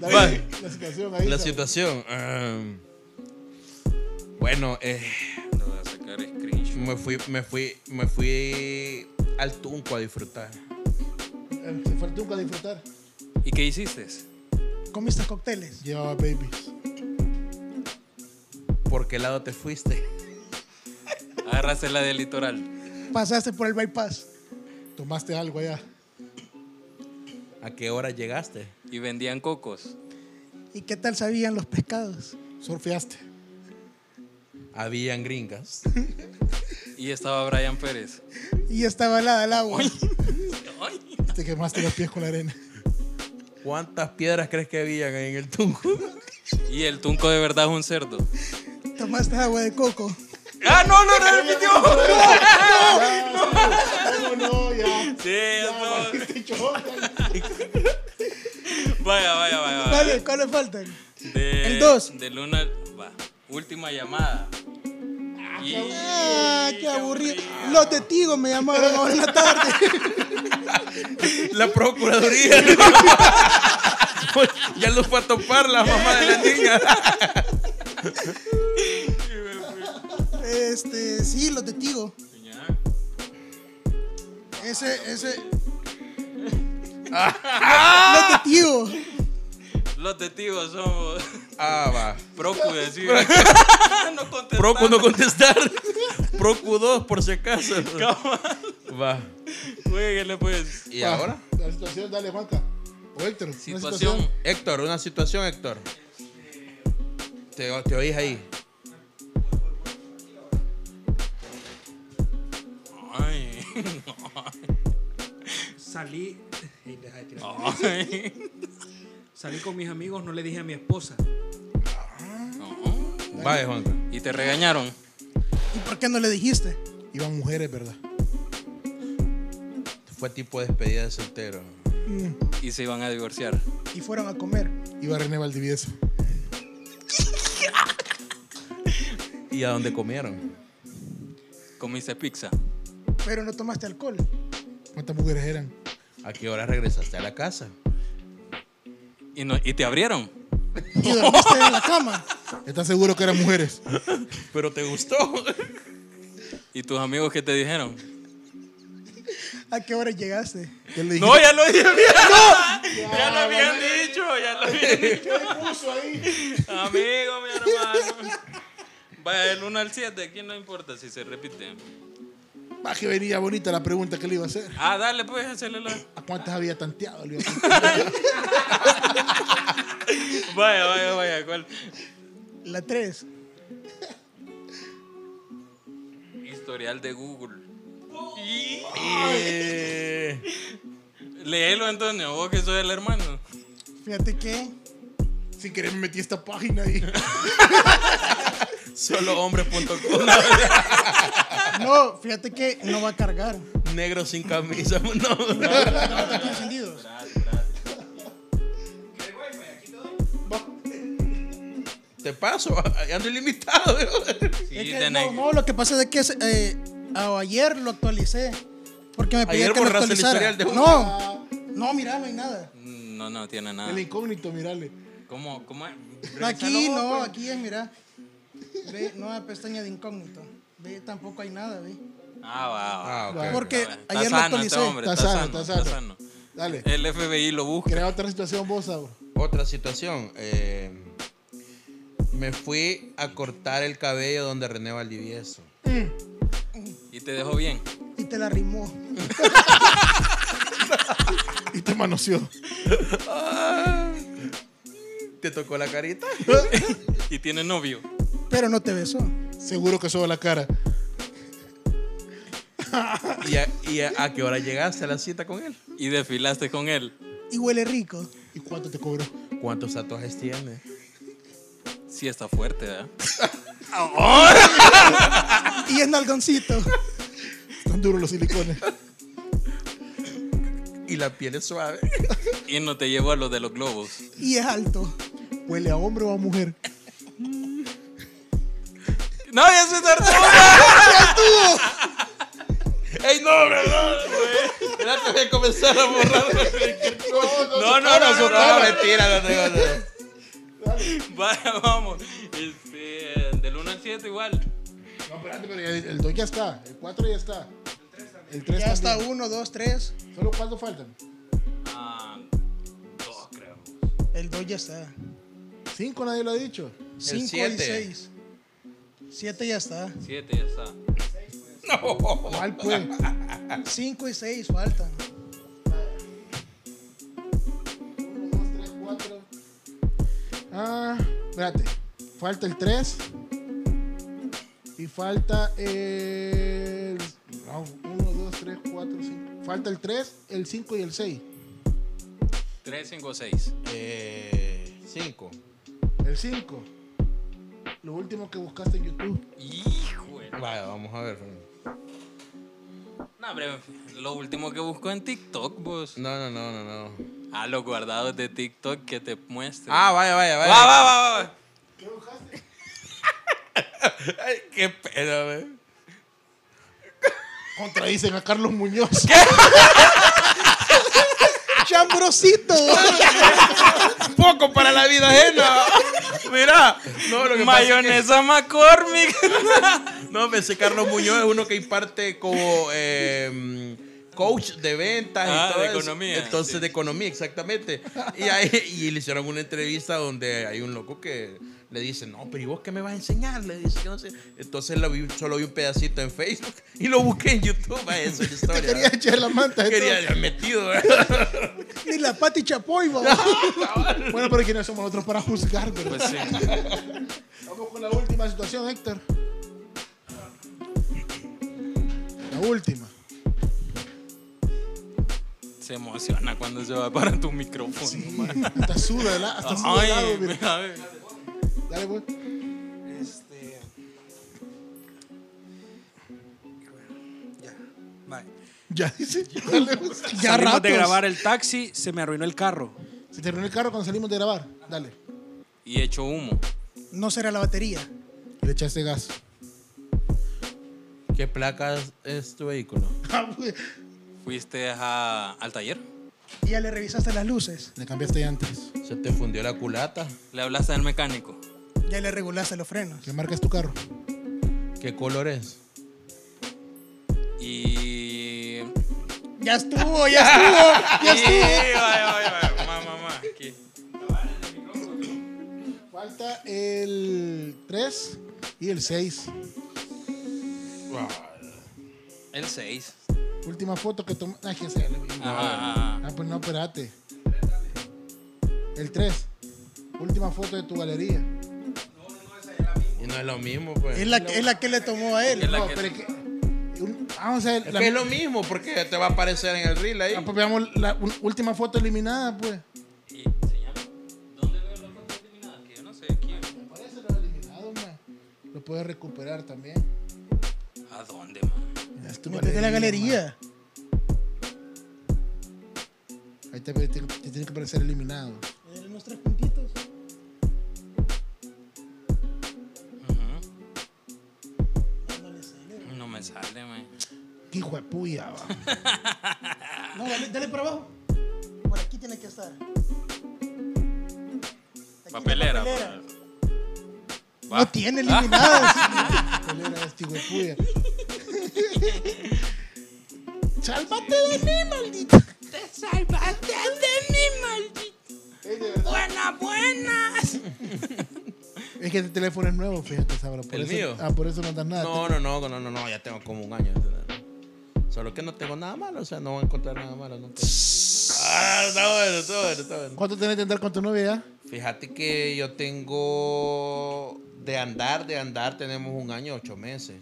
Speaker 2: Dale,
Speaker 3: Va.
Speaker 2: la situación ahí.
Speaker 3: La
Speaker 2: está.
Speaker 3: situación. em, bueno, eh,
Speaker 1: Lo voy a sacar screenshot.
Speaker 3: me fui, me fui, me fui al Tunco a disfrutar.
Speaker 2: Eh, Se fue el Tunco a disfrutar.
Speaker 1: ¿Y qué hiciste?
Speaker 5: ¿Comiste cócteles?
Speaker 2: Llevaba babies.
Speaker 3: ¿Por qué lado te fuiste?
Speaker 1: Agarraste la del litoral.
Speaker 5: ¿Pasaste por el bypass?
Speaker 2: Tomaste algo allá.
Speaker 3: ¿A qué hora llegaste?
Speaker 1: Y vendían cocos.
Speaker 5: ¿Y qué tal sabían los pescados?
Speaker 2: Surfeaste.
Speaker 3: Habían gringas.
Speaker 1: Y estaba Brian Pérez.
Speaker 5: Y estaba helada el agua.
Speaker 2: Te quemaste los pies con la (laughs) arena.
Speaker 3: ¿Cuántas piedras crees que habían ahí en el tunco?
Speaker 1: Y el tunco de verdad es un cerdo.
Speaker 5: Tomaste agua de coco.
Speaker 3: ¡Ah, no, no, no, repitió!
Speaker 2: No, no, ya.
Speaker 1: Sí, es por-
Speaker 2: Te chocan.
Speaker 1: vaya, vaya, vaya. vaya.
Speaker 5: ¿Cuáles, cuáles faltan?
Speaker 1: De-
Speaker 5: El dos.
Speaker 1: De luna. Va. Última llamada. Y-
Speaker 5: Ah, qué aburrido. Los de Tigo me llamaron ahora en la tarde.
Speaker 3: La procuraduría. (laughs) ya los fue a topar la mamá de la niña.
Speaker 5: Este, sí, los de Tigo. Ese, ese. Los de Tigo.
Speaker 1: Los testigos somos.
Speaker 3: Ah, va.
Speaker 1: Procu decir.
Speaker 3: (laughs)
Speaker 1: no contestar.
Speaker 3: Procu no contestar. Procu 2, por si acaso. Va.
Speaker 1: Jueguele pues.
Speaker 3: ¿Y ahora?
Speaker 2: La situación, dale, Juanca. O Héctor. una
Speaker 1: Situación.
Speaker 3: Héctor, una situación, Héctor. Te, te oís ahí.
Speaker 1: Ay.
Speaker 6: Salí. Ey, deja de tirar.
Speaker 1: Ay.
Speaker 6: Salí con mis amigos, no le dije a mi esposa.
Speaker 3: Vaya, Juanca.
Speaker 1: Y te regañaron.
Speaker 5: ¿Y por qué no le dijiste?
Speaker 2: Iban mujeres, ¿verdad?
Speaker 3: Fue tipo despedida de soltero.
Speaker 1: Y se iban a divorciar.
Speaker 5: Y fueron a comer.
Speaker 2: Iba René Valdivieso.
Speaker 3: ¿Y a dónde comieron?
Speaker 1: Comiste pizza.
Speaker 5: Pero no tomaste alcohol.
Speaker 2: ¿Cuántas mujeres eran?
Speaker 3: ¿A qué hora regresaste a la casa?
Speaker 1: Y, no, y te abrieron.
Speaker 5: Y dormiste en la cama.
Speaker 2: ¿Estás seguro que eran mujeres?
Speaker 3: Pero te gustó.
Speaker 1: Y tus amigos que te dijeron.
Speaker 5: ¿A qué hora llegaste?
Speaker 2: ¿Qué le
Speaker 1: No,
Speaker 2: dijiste?
Speaker 1: ya lo
Speaker 5: (laughs)
Speaker 1: dije. Ya lo habían dicho. Ya lo habían dicho.
Speaker 2: puso ahí?
Speaker 1: Amigo, mi hermano. Vaya del 1 al 7, aquí no importa si se repite.
Speaker 2: Va que venía bonita la pregunta que le iba a hacer.
Speaker 1: Ah, dale, pues, hacerle la.
Speaker 2: ¿A cuántas había tanteado? Le iba a (laughs)
Speaker 1: Vaya, vaya, vaya, ¿cuál?
Speaker 5: La 3.
Speaker 1: Historial de Google. Y...
Speaker 3: Eh,
Speaker 1: Léelo, Antonio, vos que soy el hermano.
Speaker 5: Fíjate que
Speaker 2: Sin querer me metí a esta página ahí.
Speaker 3: Solohombres.com.
Speaker 5: No, fíjate que no va a cargar.
Speaker 3: (laughs) Negro sin camisa. (laughs) No.
Speaker 5: Aquí encendidos.
Speaker 3: Te paso, (laughs) ya ando ilimitado.
Speaker 1: Sí,
Speaker 5: Es que
Speaker 1: tenés-
Speaker 5: no, no, lo que pasa es que eh, a- ayer lo actualicé. Porque me pedía
Speaker 3: Ayer
Speaker 5: que lo
Speaker 3: borraste el
Speaker 5: actualizara.
Speaker 3: historial de Google.
Speaker 5: no, no, mira, no hay nada.
Speaker 1: No, no tiene nada.
Speaker 2: El incógnito, mirale.
Speaker 1: ¿Cómo? ¿Cómo es?
Speaker 5: No, aquí
Speaker 1: Revisalo vos,
Speaker 5: no,
Speaker 1: pues.
Speaker 5: aquí es, mira. Ve, no hay pestaña de incógnito. Ve, tampoco hay nada, ve.
Speaker 1: Ah, va, va.
Speaker 3: (laughs) Ah, ok.
Speaker 5: Porque
Speaker 1: Está
Speaker 5: ayer lo
Speaker 1: sano
Speaker 5: actualicé.
Speaker 1: este hombre,
Speaker 2: Está
Speaker 1: está,
Speaker 2: sano,
Speaker 1: sano,
Speaker 2: está
Speaker 1: está
Speaker 2: sano.
Speaker 1: sano.
Speaker 2: Dale.
Speaker 1: El FBI lo busca.
Speaker 2: Crea otra situación vos, Sauro.
Speaker 3: Otra situación. eh, me fui a cortar el cabello donde René Valdivieso.
Speaker 1: Y te dejó bien.
Speaker 5: Y te la rimó.
Speaker 2: Y te manoseó.
Speaker 3: ¿Te tocó la carita? (laughs)
Speaker 1: Y tiene novio.
Speaker 5: Pero no te besó.
Speaker 2: Seguro que sobre la cara.
Speaker 3: ¿Y, a, y a- a qué hora llegaste a la cita con él?
Speaker 1: Y desfilaste con él.
Speaker 5: Y huele rico.
Speaker 2: ¿Y cuánto te cobró?
Speaker 3: ¿Cuántos tatuajes tiene?
Speaker 1: Sí, está fuerte, ¿verdad?
Speaker 5: Y es nalgoncito.
Speaker 2: Están duros los silicones.
Speaker 3: Y la piel es suave. (laughs)
Speaker 1: Y no te llevó a los de los globos.
Speaker 5: Y es alto.
Speaker 2: ¿Huele a hombre o a mujer?
Speaker 1: ¡No, ya se tartó!
Speaker 3: ¡Ey, no, hombre, no! Mira, te voy a comenzar a borrar. No, no, no, no, no, no, mentira, no tengo nada.
Speaker 1: Vaya, vamos. Este, del 1 al 7 igual.
Speaker 2: No, espérate, pero ya- el 2 ya está. El 4 ya está. El 3
Speaker 5: Ya está uno, dos, tres.
Speaker 2: ¿Solo cuánto faltan?
Speaker 1: Ah, dos, creo.
Speaker 5: El dos ya está.
Speaker 2: 5 nadie lo ha dicho.
Speaker 5: Cinco y
Speaker 3: siete.
Speaker 5: seis. Siete ya está.
Speaker 1: 7 ya está.
Speaker 2: ¿Cuál pues?
Speaker 5: Cinco y seis faltan.
Speaker 2: Ah, Espérate. Falta el 3. Y falta el. 1, 2, 3, 4, 5. Falta el 3, el 5 y el 6.
Speaker 1: 3, 5, 6.
Speaker 3: Eh, cinco.
Speaker 2: El 5. Lo último que buscaste en YouTube.
Speaker 1: Hijo. de-
Speaker 3: Vaya, vamos a ver. Fernando.
Speaker 1: No, hombre, lo último que busco en TikTok, vos.
Speaker 3: No, no, no, no, no.
Speaker 1: A los guardados de TikTok que te muestren.
Speaker 3: Ah, vaya, vaya, vaya.
Speaker 1: va, va, va, va, va.
Speaker 3: Ay, qué pedo, güey.
Speaker 2: Contradicen a Carlos Muñoz. (laughs)
Speaker 5: ¡Chambrosito!
Speaker 3: Poco para la vida ajena. (laughs) Mira, no, lo que pasa es que-
Speaker 1: Mayonesa McCormick.
Speaker 3: No, pensé Carlos Muñoz es uno que imparte como eh, coach de ventas
Speaker 1: Ah,
Speaker 3: y todo
Speaker 1: de
Speaker 3: eso.
Speaker 1: economía,
Speaker 3: Entonces,
Speaker 1: sí.
Speaker 3: de economía, exactamente. Y, ahí, y le hicieron una entrevista donde hay un loco que le dice, no, pero ¿y vos qué me vas a enseñar? Le dice, yo no sé. Entonces lo vi, solo vi un pedacito en Facebook y lo busqué en YouTube. Ah, Eso es la historia.
Speaker 2: Quería echar la manta. de
Speaker 3: Quería haber metido. ¿verdad? (laughs)
Speaker 5: Ni la Pati Chapoy, va.
Speaker 2: todo. Bueno, pero ¿quiénes somos nosotros para juzgar? pero-
Speaker 1: Pues sí.
Speaker 2: Vamos con la última situación, Héctor. La última.
Speaker 1: Se emociona cuando se va para tu micrófono. man.
Speaker 2: Hasta suda, ¿verdad? Hasta suda.
Speaker 1: Ay,
Speaker 2: al lado, mira.
Speaker 1: mira, a ver.
Speaker 2: Dale, pues. güey.
Speaker 6: Este. Ya. Vale.
Speaker 2: Ya dice. Dale, pues. güey.
Speaker 5: Ya
Speaker 6: Salimos
Speaker 5: ratos.
Speaker 6: de grabar el taxi, se me arruinó el carro.
Speaker 2: Se terminó el carro cuando salimos de grabar. Dale.
Speaker 1: Y hecho humo.
Speaker 5: No será la batería.
Speaker 2: Y le echaste gas.
Speaker 3: ¿Qué placas es tu vehículo?
Speaker 2: (laughs) Ah, güey.
Speaker 1: ¿Fuiste a- al taller?
Speaker 5: Y ya le revisaste las luces.
Speaker 2: Le cambiaste antes.
Speaker 3: ¿Se te fundió la culata?
Speaker 1: ¿Le hablaste al mecánico?
Speaker 5: Ya le regulaste los frenos.
Speaker 2: ¿Qué marca es tu carro?
Speaker 3: ¿Qué color es?
Speaker 1: Y.
Speaker 5: Ya estuvo, ya estuvo, ya
Speaker 1: Sí,
Speaker 5: estuvo.
Speaker 1: vaya, vaya, vaya. Ma, ma, ma, aquí.
Speaker 2: Falta el 3 y el 6.
Speaker 1: El 6.
Speaker 2: Última foto que tomó. Ah, que se
Speaker 1: Ajá.
Speaker 2: Ah, pues no, espérate. El 3. Última foto de tu galería.
Speaker 3: Y no es lo mismo, pues.
Speaker 5: Es la, es la que le tomó a él.
Speaker 1: Es la
Speaker 2: No,
Speaker 1: que-
Speaker 2: pero es que. un- vamos a ver.
Speaker 3: Es
Speaker 2: la-
Speaker 3: que es lo mismo, porque te va a aparecer en el reel ahí.
Speaker 2: ah, pues veamos la un- última foto eliminada, pues.
Speaker 1: Y, señor, ¿dónde veo la foto eliminada? Que yo no sé quién.
Speaker 2: Parece lo eliminado, man. Lo puedes recuperar también.
Speaker 1: ¿A dónde, man?
Speaker 2: Es tu
Speaker 5: Métete a la galería.
Speaker 2: man. Ahí te, te- te tiene que parecer eliminado.
Speaker 5: Eran los tres puntitos. ¿eh?
Speaker 1: Ujú. No me sale, man.
Speaker 2: Qué hijo de puya, va.
Speaker 5: No, dale, dale para abajo. Por aquí tiene que estar. Aquí la
Speaker 1: Papelera.
Speaker 5: papelera.
Speaker 1: pues.
Speaker 5: No tiene eliminados.
Speaker 2: ¿Cuál era este hijo de
Speaker 1: (laughs)
Speaker 2: puya? ¡Sálvate de mí, maldito!
Speaker 1: Te salvaste de mí, maldito. Buenas, buenas.
Speaker 2: Es que este teléfono es nuevo, fíjate, Sabra. Por
Speaker 3: ¿El
Speaker 2: eso,
Speaker 3: mío?
Speaker 2: Ah, por eso no das nada.
Speaker 3: No, no, no, no, no, no, ya tengo como un año. Solo que no tengo nada malo, o sea, no voy a encontrar nada malo. No tengo. Ah, está bueno, está bueno, está bueno.
Speaker 2: ¿Cuánto tenés de andar con tu novia ya?
Speaker 3: Fíjate que yo tengo de andar, de andar, tenemos un año, ocho meses.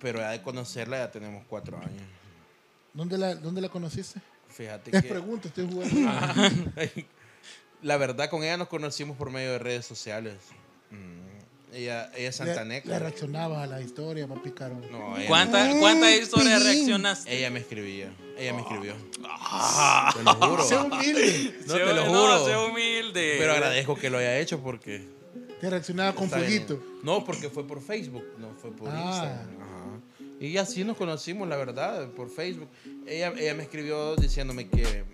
Speaker 3: Pero ya de conocerla ya tenemos cuatro años.
Speaker 2: ¿Dónde la, dónde la conociste?
Speaker 3: Fíjate
Speaker 2: Es
Speaker 3: que...
Speaker 2: pregunta, estoy jugando.
Speaker 3: (laughs) La verdad, con ella nos conocimos por medio de redes sociales. Mm, Ella, ella es santaneca.
Speaker 2: Le, le reaccionabas a la historia, papi caro.
Speaker 3: No, ella-
Speaker 1: ¿Cuántas cuántas historias
Speaker 5: Pijín.
Speaker 1: reaccionaste?
Speaker 3: Ella me escribía. Ella me escribió. Te lo juro.
Speaker 2: Sé humilde.
Speaker 3: No,
Speaker 1: Se-
Speaker 3: te lo
Speaker 1: No, sé
Speaker 3: juro.
Speaker 1: humilde.
Speaker 3: pero agradezco que lo haya hecho porque.
Speaker 2: Te reaccionaba con
Speaker 3: está bien.
Speaker 2: fueguito.
Speaker 3: No, porque fue por Facebook, no fue por
Speaker 2: Ah.
Speaker 3: Instagram. Ajá. Y así nos conocimos, la verdad, por Facebook. Ella, ella me escribió diciéndome que,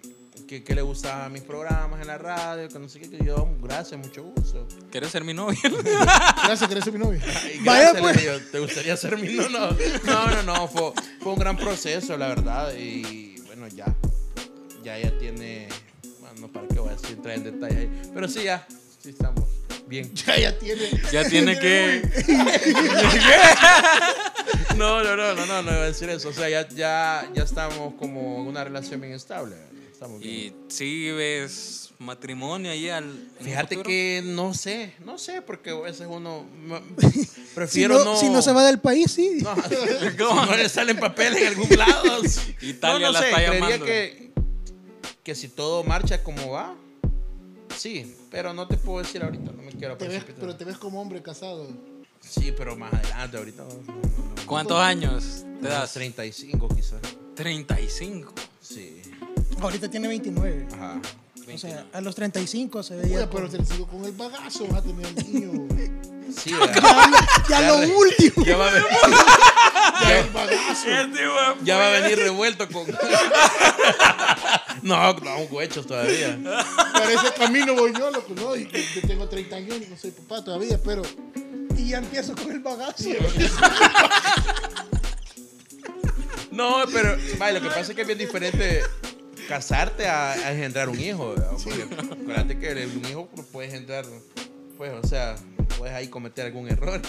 Speaker 3: que, que le gustaban mis programas en la radio, que no sé qué, que yo, gracias, mucho gusto.
Speaker 1: ¿Quieres ser mi novia? (laughs)
Speaker 2: Gracias, querés ser mi novia.
Speaker 3: Y
Speaker 5: Vaya,
Speaker 3: gracias,
Speaker 5: pues.
Speaker 3: le digo, ¿te gustaría ser mi no? No, no, no, no, fue, fue un gran proceso, la verdad. Y bueno, ya. Ya ella tiene. Bueno, para qué voy a decir, entrar en detalle ahí. Pero sí, ya. Sí, estamos
Speaker 5: (laughs)
Speaker 3: bien. (laughs)
Speaker 2: Ya, ya tiene.
Speaker 1: Ya tiene que.
Speaker 3: No, no, no, no, no, no iba a decir eso. O sea, ya, ya, ya estamos como en una relación bien estable. Estamos bien.
Speaker 1: Y si ves matrimonio ahí al. en el
Speaker 3: Fíjate
Speaker 1: futuro.
Speaker 3: que no sé, no sé, porque ese es uno. me-
Speaker 5: (laughs) Si
Speaker 3: Prefiero
Speaker 5: no,
Speaker 3: no.
Speaker 5: si no se va del país, sí.
Speaker 3: No, si (laughs) no le salen papel en algún lado.
Speaker 1: (laughs) Italia
Speaker 3: no, no
Speaker 1: la
Speaker 3: sé,
Speaker 1: está
Speaker 3: creería
Speaker 1: llamando.
Speaker 3: que, que si todo marcha como va, sí, pero no te puedo decir ahorita, no me quiero
Speaker 2: Te ves-
Speaker 3: precipitar.
Speaker 2: pero te ves como hombre casado.
Speaker 3: Sí, pero más adelante, ahorita. no, no, no.
Speaker 1: ¿Cuántos años te
Speaker 3: Unos
Speaker 1: das?
Speaker 3: 35 quizás.
Speaker 1: 35.
Speaker 3: Sí.
Speaker 5: Ahorita tiene 29.
Speaker 3: Ajá.
Speaker 5: O sea, a los 35 se
Speaker 2: Oye,
Speaker 5: veía.
Speaker 2: pero
Speaker 5: con-
Speaker 2: te sigo con el bagazo, vas a tener el niño.
Speaker 1: (laughs)
Speaker 3: Sí, ¿verdad?
Speaker 5: ya
Speaker 3: Ya
Speaker 5: lo
Speaker 3: re-
Speaker 2: (laughs)
Speaker 5: último.
Speaker 3: Ya va a, venir,
Speaker 2: Ya el bagazo.
Speaker 1: Pues
Speaker 3: ya va a venir revuelto con. (laughs) No, no, huechos todavía.
Speaker 2: Parece camino voy yo, loco. No, Y que- que tengo 30 años, no soy papá todavía, pero.
Speaker 5: Y ya empiezo con el bagazo.
Speaker 3: No, pero vaya, lo que pasa es que es bien diferente casarte a, a engendrar un hijo. ¿verdad? Porque acuérdate que el- un hijo pues, puede engendrar, pues, o sea, puedes ahí cometer algún error.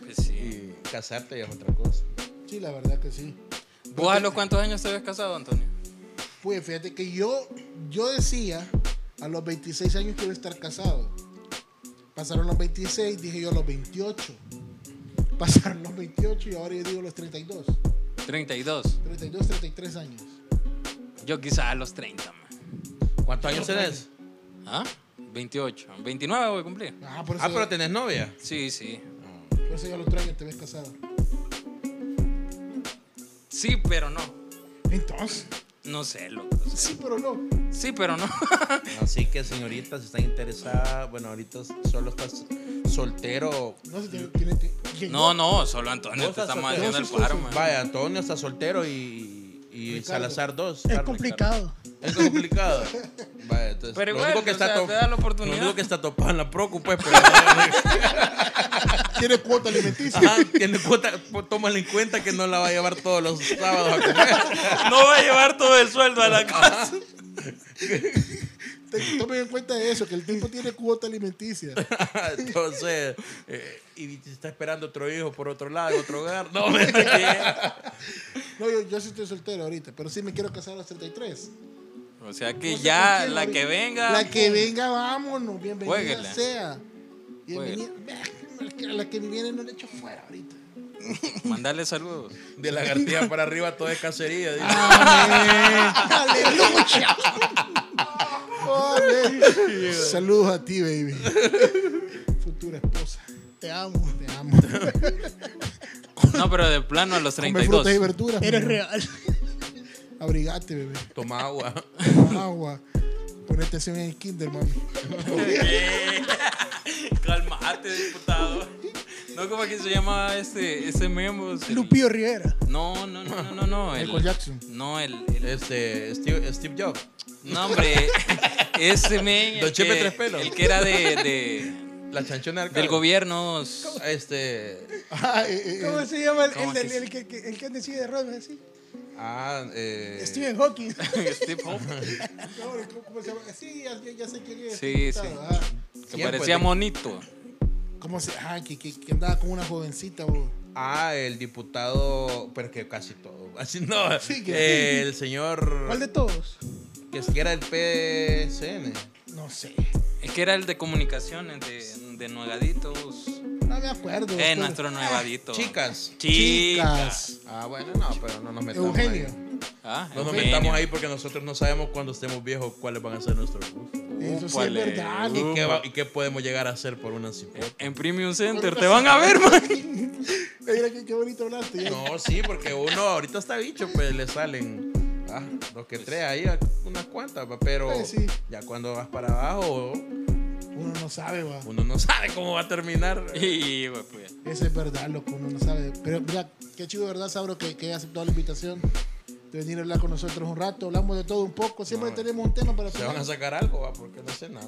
Speaker 1: Pues sí.
Speaker 3: Y casarte ya es otra cosa.
Speaker 2: Sí, la verdad que sí.
Speaker 1: ¿Vos a los cuántos años te habías casado, Antonio?
Speaker 2: Pues fíjate que yo, yo decía a los 26 años quiero estar casado. Pasaron los 26, dije yo a los 28. Pasaron los 28 y ahora yo digo los 32.
Speaker 1: 32.
Speaker 2: 32, 33 años.
Speaker 1: Yo quizás a los 30, man.
Speaker 3: ¿Cuántos años tenés?
Speaker 1: ¿Ah? 28. 29 voy a cumplir.
Speaker 2: Ah, por eso,
Speaker 3: Ah, pero tenés novia.
Speaker 1: Sí, sí.
Speaker 2: por eso ya a los 3 años te ves casado.
Speaker 1: Sí, pero no.
Speaker 2: Entonces.
Speaker 1: No sé, loco. o sea,
Speaker 2: Sí, pero no.
Speaker 1: Sí, pero no. (laughs)
Speaker 3: Así que, señorita, si están interesadas, bueno, ahorita solo estás soltero.
Speaker 2: No sé, tiene- tiene- tiene-
Speaker 1: No, no, solo Antonio
Speaker 3: Vos
Speaker 1: te
Speaker 3: estás
Speaker 1: estamos
Speaker 3: soltero.
Speaker 1: haciendo el paro, man.
Speaker 3: Vaya, Antonio está soltero y, y
Speaker 2: Ricardo.
Speaker 3: Salazar dos.
Speaker 5: Es
Speaker 3: Carlos, Carlos.
Speaker 5: complicado.
Speaker 3: Es complicado. Vaya, entonces.
Speaker 1: Pero
Speaker 3: lo
Speaker 1: igual,
Speaker 3: único que
Speaker 1: o
Speaker 3: está
Speaker 1: sea,
Speaker 3: to-
Speaker 1: te da la
Speaker 3: Lo
Speaker 1: oportunidad.
Speaker 3: único que está topado en la Procu, pues. Pero,
Speaker 1: (laughs)
Speaker 2: Tiene cuota alimenticia.
Speaker 3: Ajá, Ah, tiene cuota, pues, tómalo en cuenta que no la va a llevar todos los sábados a comer.
Speaker 1: (laughs)
Speaker 3: (laughs)
Speaker 1: No va a llevar todo el sueldo
Speaker 2: (laughs)
Speaker 1: a la casa.
Speaker 2: Te- Tomen en cuenta eso, que el tipo tiene cuota alimenticia.
Speaker 3: Entonces, eh, y está esperando otro hijo por otro lado, en otro hogar. No, me
Speaker 2: No, yo, yo sí estoy soltero ahorita, pero sí me quiero casar a los 33.
Speaker 1: O sea que
Speaker 2: No sé con
Speaker 1: ya
Speaker 2: quién,
Speaker 1: la
Speaker 2: ahorita.
Speaker 1: que venga.
Speaker 2: La que venga, vámonos. Bienvenida
Speaker 1: Juéguela.
Speaker 2: sea. Bienvenida. A la que viene no le echo fuera ahorita.
Speaker 1: Mandarle saludos.
Speaker 3: De lagartija para arriba, todo es cacería. dice.
Speaker 2: ¡Aleluya! Ole. Saludos a ti, baby. Futura esposa. Te amo. Te amo.
Speaker 1: No, pero de plano a los
Speaker 2: Come frutas y
Speaker 1: 32.
Speaker 2: verduras.
Speaker 5: Eres
Speaker 2: mi amor.
Speaker 5: real. (laughs)
Speaker 2: Abrigate, bebé.
Speaker 3: Toma agua.
Speaker 2: Toma agua. Ponete así en el kinder, mami.
Speaker 1: (laughs) Calmate, diputado. No, como que se llama este, ese miembro.
Speaker 5: Lupillo Rivera.
Speaker 1: No, no, no, no, no. no
Speaker 2: Michael Jackson.
Speaker 1: No, el. el-
Speaker 3: Este, Steve, Steve Jobs.
Speaker 1: no, hombre. (laughs) Ese men.
Speaker 3: Don
Speaker 1: el
Speaker 3: Chepe
Speaker 1: que-
Speaker 3: Tres Pelos.
Speaker 1: El que era de,
Speaker 3: (laughs)
Speaker 1: de-
Speaker 3: La chanchona de
Speaker 1: del
Speaker 3: Arcado.
Speaker 1: gobierno. (laughs)
Speaker 3: Este.
Speaker 2: Ah, eh, eh,
Speaker 5: ¿Cómo se llama el,
Speaker 1: ¿Cómo
Speaker 5: el, del-
Speaker 1: que-
Speaker 5: el que, que- el que decide de ruedas? ¿sí?
Speaker 3: Ah, eh.
Speaker 5: Stephen Hawking.
Speaker 1: Steve Hawking,
Speaker 2: no, ¿cómo- cómo se llama? Sí, ya, ya- ya sé quién es.
Speaker 1: Sí, sí.
Speaker 2: Ah,
Speaker 1: Que
Speaker 3: ¿Quién,
Speaker 1: parecía
Speaker 3: pues?
Speaker 1: monito.
Speaker 2: ¿Cómo se.? Ah, que, que- que andaba con una jovencita, bro.
Speaker 3: Ah, el diputado. Pero que casi todo. (laughs) Así no.
Speaker 2: Sí, que-
Speaker 3: el señor.
Speaker 5: ¿Cuál de todos?
Speaker 3: Que es que era el PCN.
Speaker 2: No sé.
Speaker 1: Es que era el de comunicaciones de, de Nuevaditos.
Speaker 2: No me acuerdo.
Speaker 1: Eh,
Speaker 2: pero-
Speaker 1: nuestro Nuevadito.
Speaker 3: Chicas.
Speaker 1: Chicas.
Speaker 3: Ah, bueno, no, pero no nos metamos.
Speaker 2: Eugenio.
Speaker 3: Ahí.
Speaker 1: Ah,
Speaker 3: No nos
Speaker 1: Eugenio.
Speaker 3: metamos ahí porque nosotros no sabemos cuando estemos viejos cuáles van a ser nuestros gustos.
Speaker 1: Uh.
Speaker 2: Eso sí es
Speaker 1: Úpale.
Speaker 2: verdad.
Speaker 3: ¿Y qué, va- y qué podemos llegar a hacer por una cipota?
Speaker 1: En Premium Center, te van a ver, man.
Speaker 2: Mira qué, qué bonito hablaste. ya.
Speaker 3: No, sí, porque uno ahorita está bicho, pues le salen ah, los que tres ahí, ah, unas cuantas, va, pero
Speaker 2: Pues sí.
Speaker 3: ya cuando vas para abajo,
Speaker 2: Uno no sabe, va.
Speaker 3: uno no sabe cómo va a terminar.
Speaker 1: Y pues,
Speaker 2: Eso es verdad, loco. Uno no sabe. Pero mira, qué chido, ¿verdad, Sabro? Que, que haya aceptado la invitación de venir a hablar con nosotros un rato. Hablamos de todo un poco. Siempre tenemos un tema para
Speaker 3: Se van a
Speaker 2: hablar.
Speaker 3: sacar algo, va, porque no sé nada.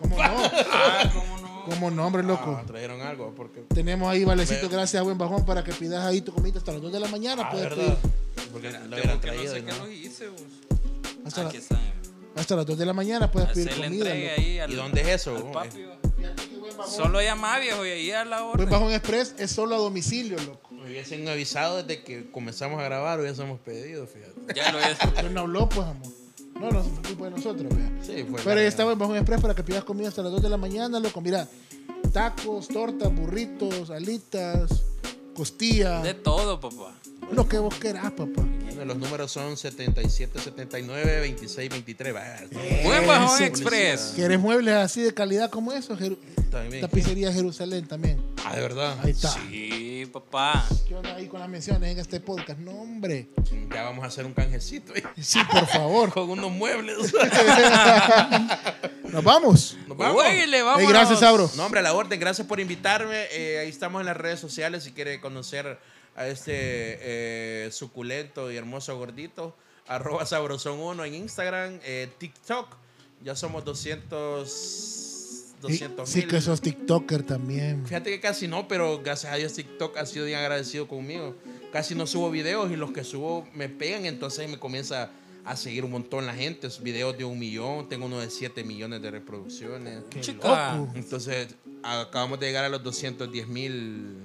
Speaker 2: ¿Cómo no?
Speaker 1: Ah, cómo no.
Speaker 2: ¿Cómo no, hombre, loco?
Speaker 3: Ah, trajeron algo, va, porque.
Speaker 2: Tenemos ahí valecito,
Speaker 3: Veo.
Speaker 2: gracias a Buen Bajón, para que pidas ahí tu comida hasta las 2 de la mañana.
Speaker 3: Ah,
Speaker 2: puedes
Speaker 3: verdad.
Speaker 2: pedir.
Speaker 3: Porque lo
Speaker 1: Tengo
Speaker 3: hubieran
Speaker 1: que no
Speaker 3: traído.
Speaker 1: sé
Speaker 3: y
Speaker 1: qué
Speaker 3: no.
Speaker 1: los hice, vos.
Speaker 2: Hasta,
Speaker 1: Aquí
Speaker 2: la-
Speaker 1: está.
Speaker 2: hasta las 2 de la mañana puedes pedir
Speaker 1: Ah, Hacer la
Speaker 2: comida.
Speaker 1: entrega
Speaker 2: loco.
Speaker 1: ahí al,
Speaker 3: ¿Y dónde es eso?
Speaker 1: al
Speaker 3: vos?
Speaker 1: papi, va.
Speaker 2: Fíjate que Buen Bajón-
Speaker 1: Solo llama viejo y ahí a la
Speaker 2: Buen
Speaker 1: hora.
Speaker 2: Bajón Express es solo a domicilio, loco.
Speaker 3: Me hubiesen avisado desde que comenzamos a grabar, hubiésemos pedido, fíjate.
Speaker 1: Ya lo es.
Speaker 2: Pero no habló, pues, amor. No, no fue culpa de nosotros, vea.
Speaker 3: Sí, fue
Speaker 2: Pero
Speaker 3: la-
Speaker 2: ahí estaba en Bajo Express para que pidas comida hasta las 2 de la mañana, loco. Mira, tacos, tortas, burritos, alitas,
Speaker 1: De
Speaker 2: costillas,
Speaker 1: todo, papá.
Speaker 2: lo que vos querás, papá.
Speaker 3: Bueno, los números son 77, 79, 26, 23. Va,
Speaker 1: Buen Bajón Express.
Speaker 2: ¿Quieres muebles así de calidad como eso? Jeru-
Speaker 3: También.
Speaker 2: Tapicería Jerusalén también.
Speaker 3: Ah, de verdad.
Speaker 2: Ahí está.
Speaker 1: Sí, papá.
Speaker 2: ¿Qué onda ahí con las menciones en este podcast? No, hombre.
Speaker 3: Ya vamos a hacer un canjecito ahí, (laughs)
Speaker 2: Sí, por favor.
Speaker 3: con unos muebles. (laughs)
Speaker 2: Nos vamos.
Speaker 3: Nos vamos.
Speaker 1: Huele,
Speaker 2: Ey,
Speaker 1: vamos.
Speaker 2: gracias, Sauro.
Speaker 3: No, hombre, a la orden. Gracias por invitarme. Eh, ahí estamos en las redes sociales si quiere conocer a este eh, suculento y hermoso gordito. Arroba sabrosón1 en Instagram, eh, TikTok. Ya somos 200...
Speaker 2: Y-
Speaker 3: 200
Speaker 2: sí, que sos TikToker también.
Speaker 3: Fíjate que casi no, pero gracias a Dios TikTok ha sido bien agradecido conmigo. Casi no subo videos y los que subo me pegan, entonces me comienza a seguir un montón la gente. Videos de un millón, tengo uno de 7 millones de reproducciones.
Speaker 1: Chica.
Speaker 2: Loco.
Speaker 3: Entonces, acabamos de llegar a los 210 mil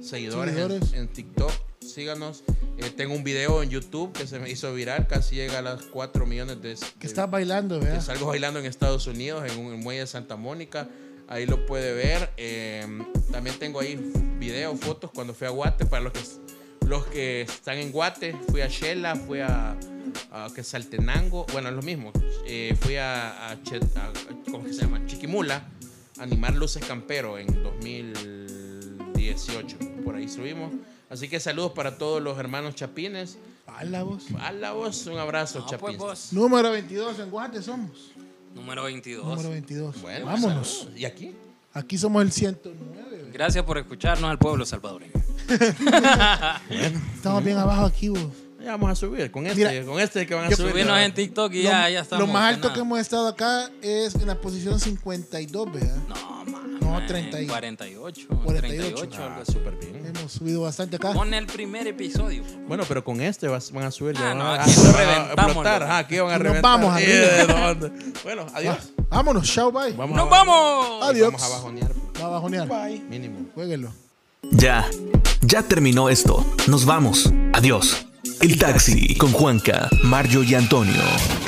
Speaker 3: seguidores, en-
Speaker 2: Seguidores.
Speaker 3: En, TikTok. Síganos. Eh, tengo un video en YouTube que se me hizo viral, casi llega a las 4 millones de...
Speaker 2: Que
Speaker 3: de-
Speaker 2: estás bailando,
Speaker 3: que
Speaker 2: ¿verdad?
Speaker 3: salgo bailando en Estados Unidos, en un muelle de Santa Mónica. Ahí lo puede ver. Eh, también tengo ahí videos, fotos cuando fui a Guate. Para los que, los que están en Guate, fui a Shela, fui a, a Quesaltenango. Bueno, es lo mismo. Eh, fui a, a Che- a- ¿cómo que se llama? Chiquimula, a animar luces campero en 2018. Por ahí subimos. Así que saludos para todos los hermanos chapines.
Speaker 2: Habla vos.
Speaker 3: A la voz, un abrazo,
Speaker 1: No, pues
Speaker 3: chapines.
Speaker 1: vos.
Speaker 2: Número 22 en Guate somos.
Speaker 1: Número 22.
Speaker 2: Número 22.
Speaker 3: Bueno,
Speaker 1: pues,
Speaker 2: Vámonos.
Speaker 3: saludos. ¿Y aquí?
Speaker 2: Aquí somos el 109.
Speaker 1: Gracias por escucharnos al pueblo salvadoreño.
Speaker 2: Estamos bien abajo aquí, vos.
Speaker 3: Ya vamos a subir con este,
Speaker 2: Mira,
Speaker 3: con este que van a
Speaker 2: yo-
Speaker 3: subir.
Speaker 1: Subirnos en TikTok y ya, ya estamos.
Speaker 2: lo más alto
Speaker 1: nada.
Speaker 2: que hemos estado acá es en la posición 52, ¿verdad?
Speaker 1: No, más.
Speaker 2: No, 30 y-
Speaker 1: 48.
Speaker 2: 48,
Speaker 1: 38, algo
Speaker 3: Ah,
Speaker 1: así.
Speaker 3: súper bien.
Speaker 2: Hemos subido bastante acá.
Speaker 1: Pon el primer episodio.
Speaker 3: Bueno, pero con este vas- van a subir. ya
Speaker 1: Ah,
Speaker 3: van
Speaker 1: no,
Speaker 3: a-
Speaker 1: aquí
Speaker 3: ah,
Speaker 1: lo
Speaker 3: van a
Speaker 1: reventamos,
Speaker 3: explotar.
Speaker 1: loco.
Speaker 3: Ah, aquí van a
Speaker 2: Nos
Speaker 3: reventar.
Speaker 2: vamos arriba.
Speaker 3: Eh, ¿dónde? bueno, adiós.
Speaker 2: Ah, Vámonos, chao, bye.
Speaker 3: Vamos
Speaker 1: ¡Nos
Speaker 3: a-
Speaker 1: vamos!
Speaker 2: Adiós.
Speaker 3: Vamos a bajonear,
Speaker 2: Va a bajonear.
Speaker 3: mínimo.
Speaker 2: Jueguenlo.
Speaker 4: Ya, ya terminó esto. Nos vamos. Adiós. El taxi con Juanca, Mario y Antonio.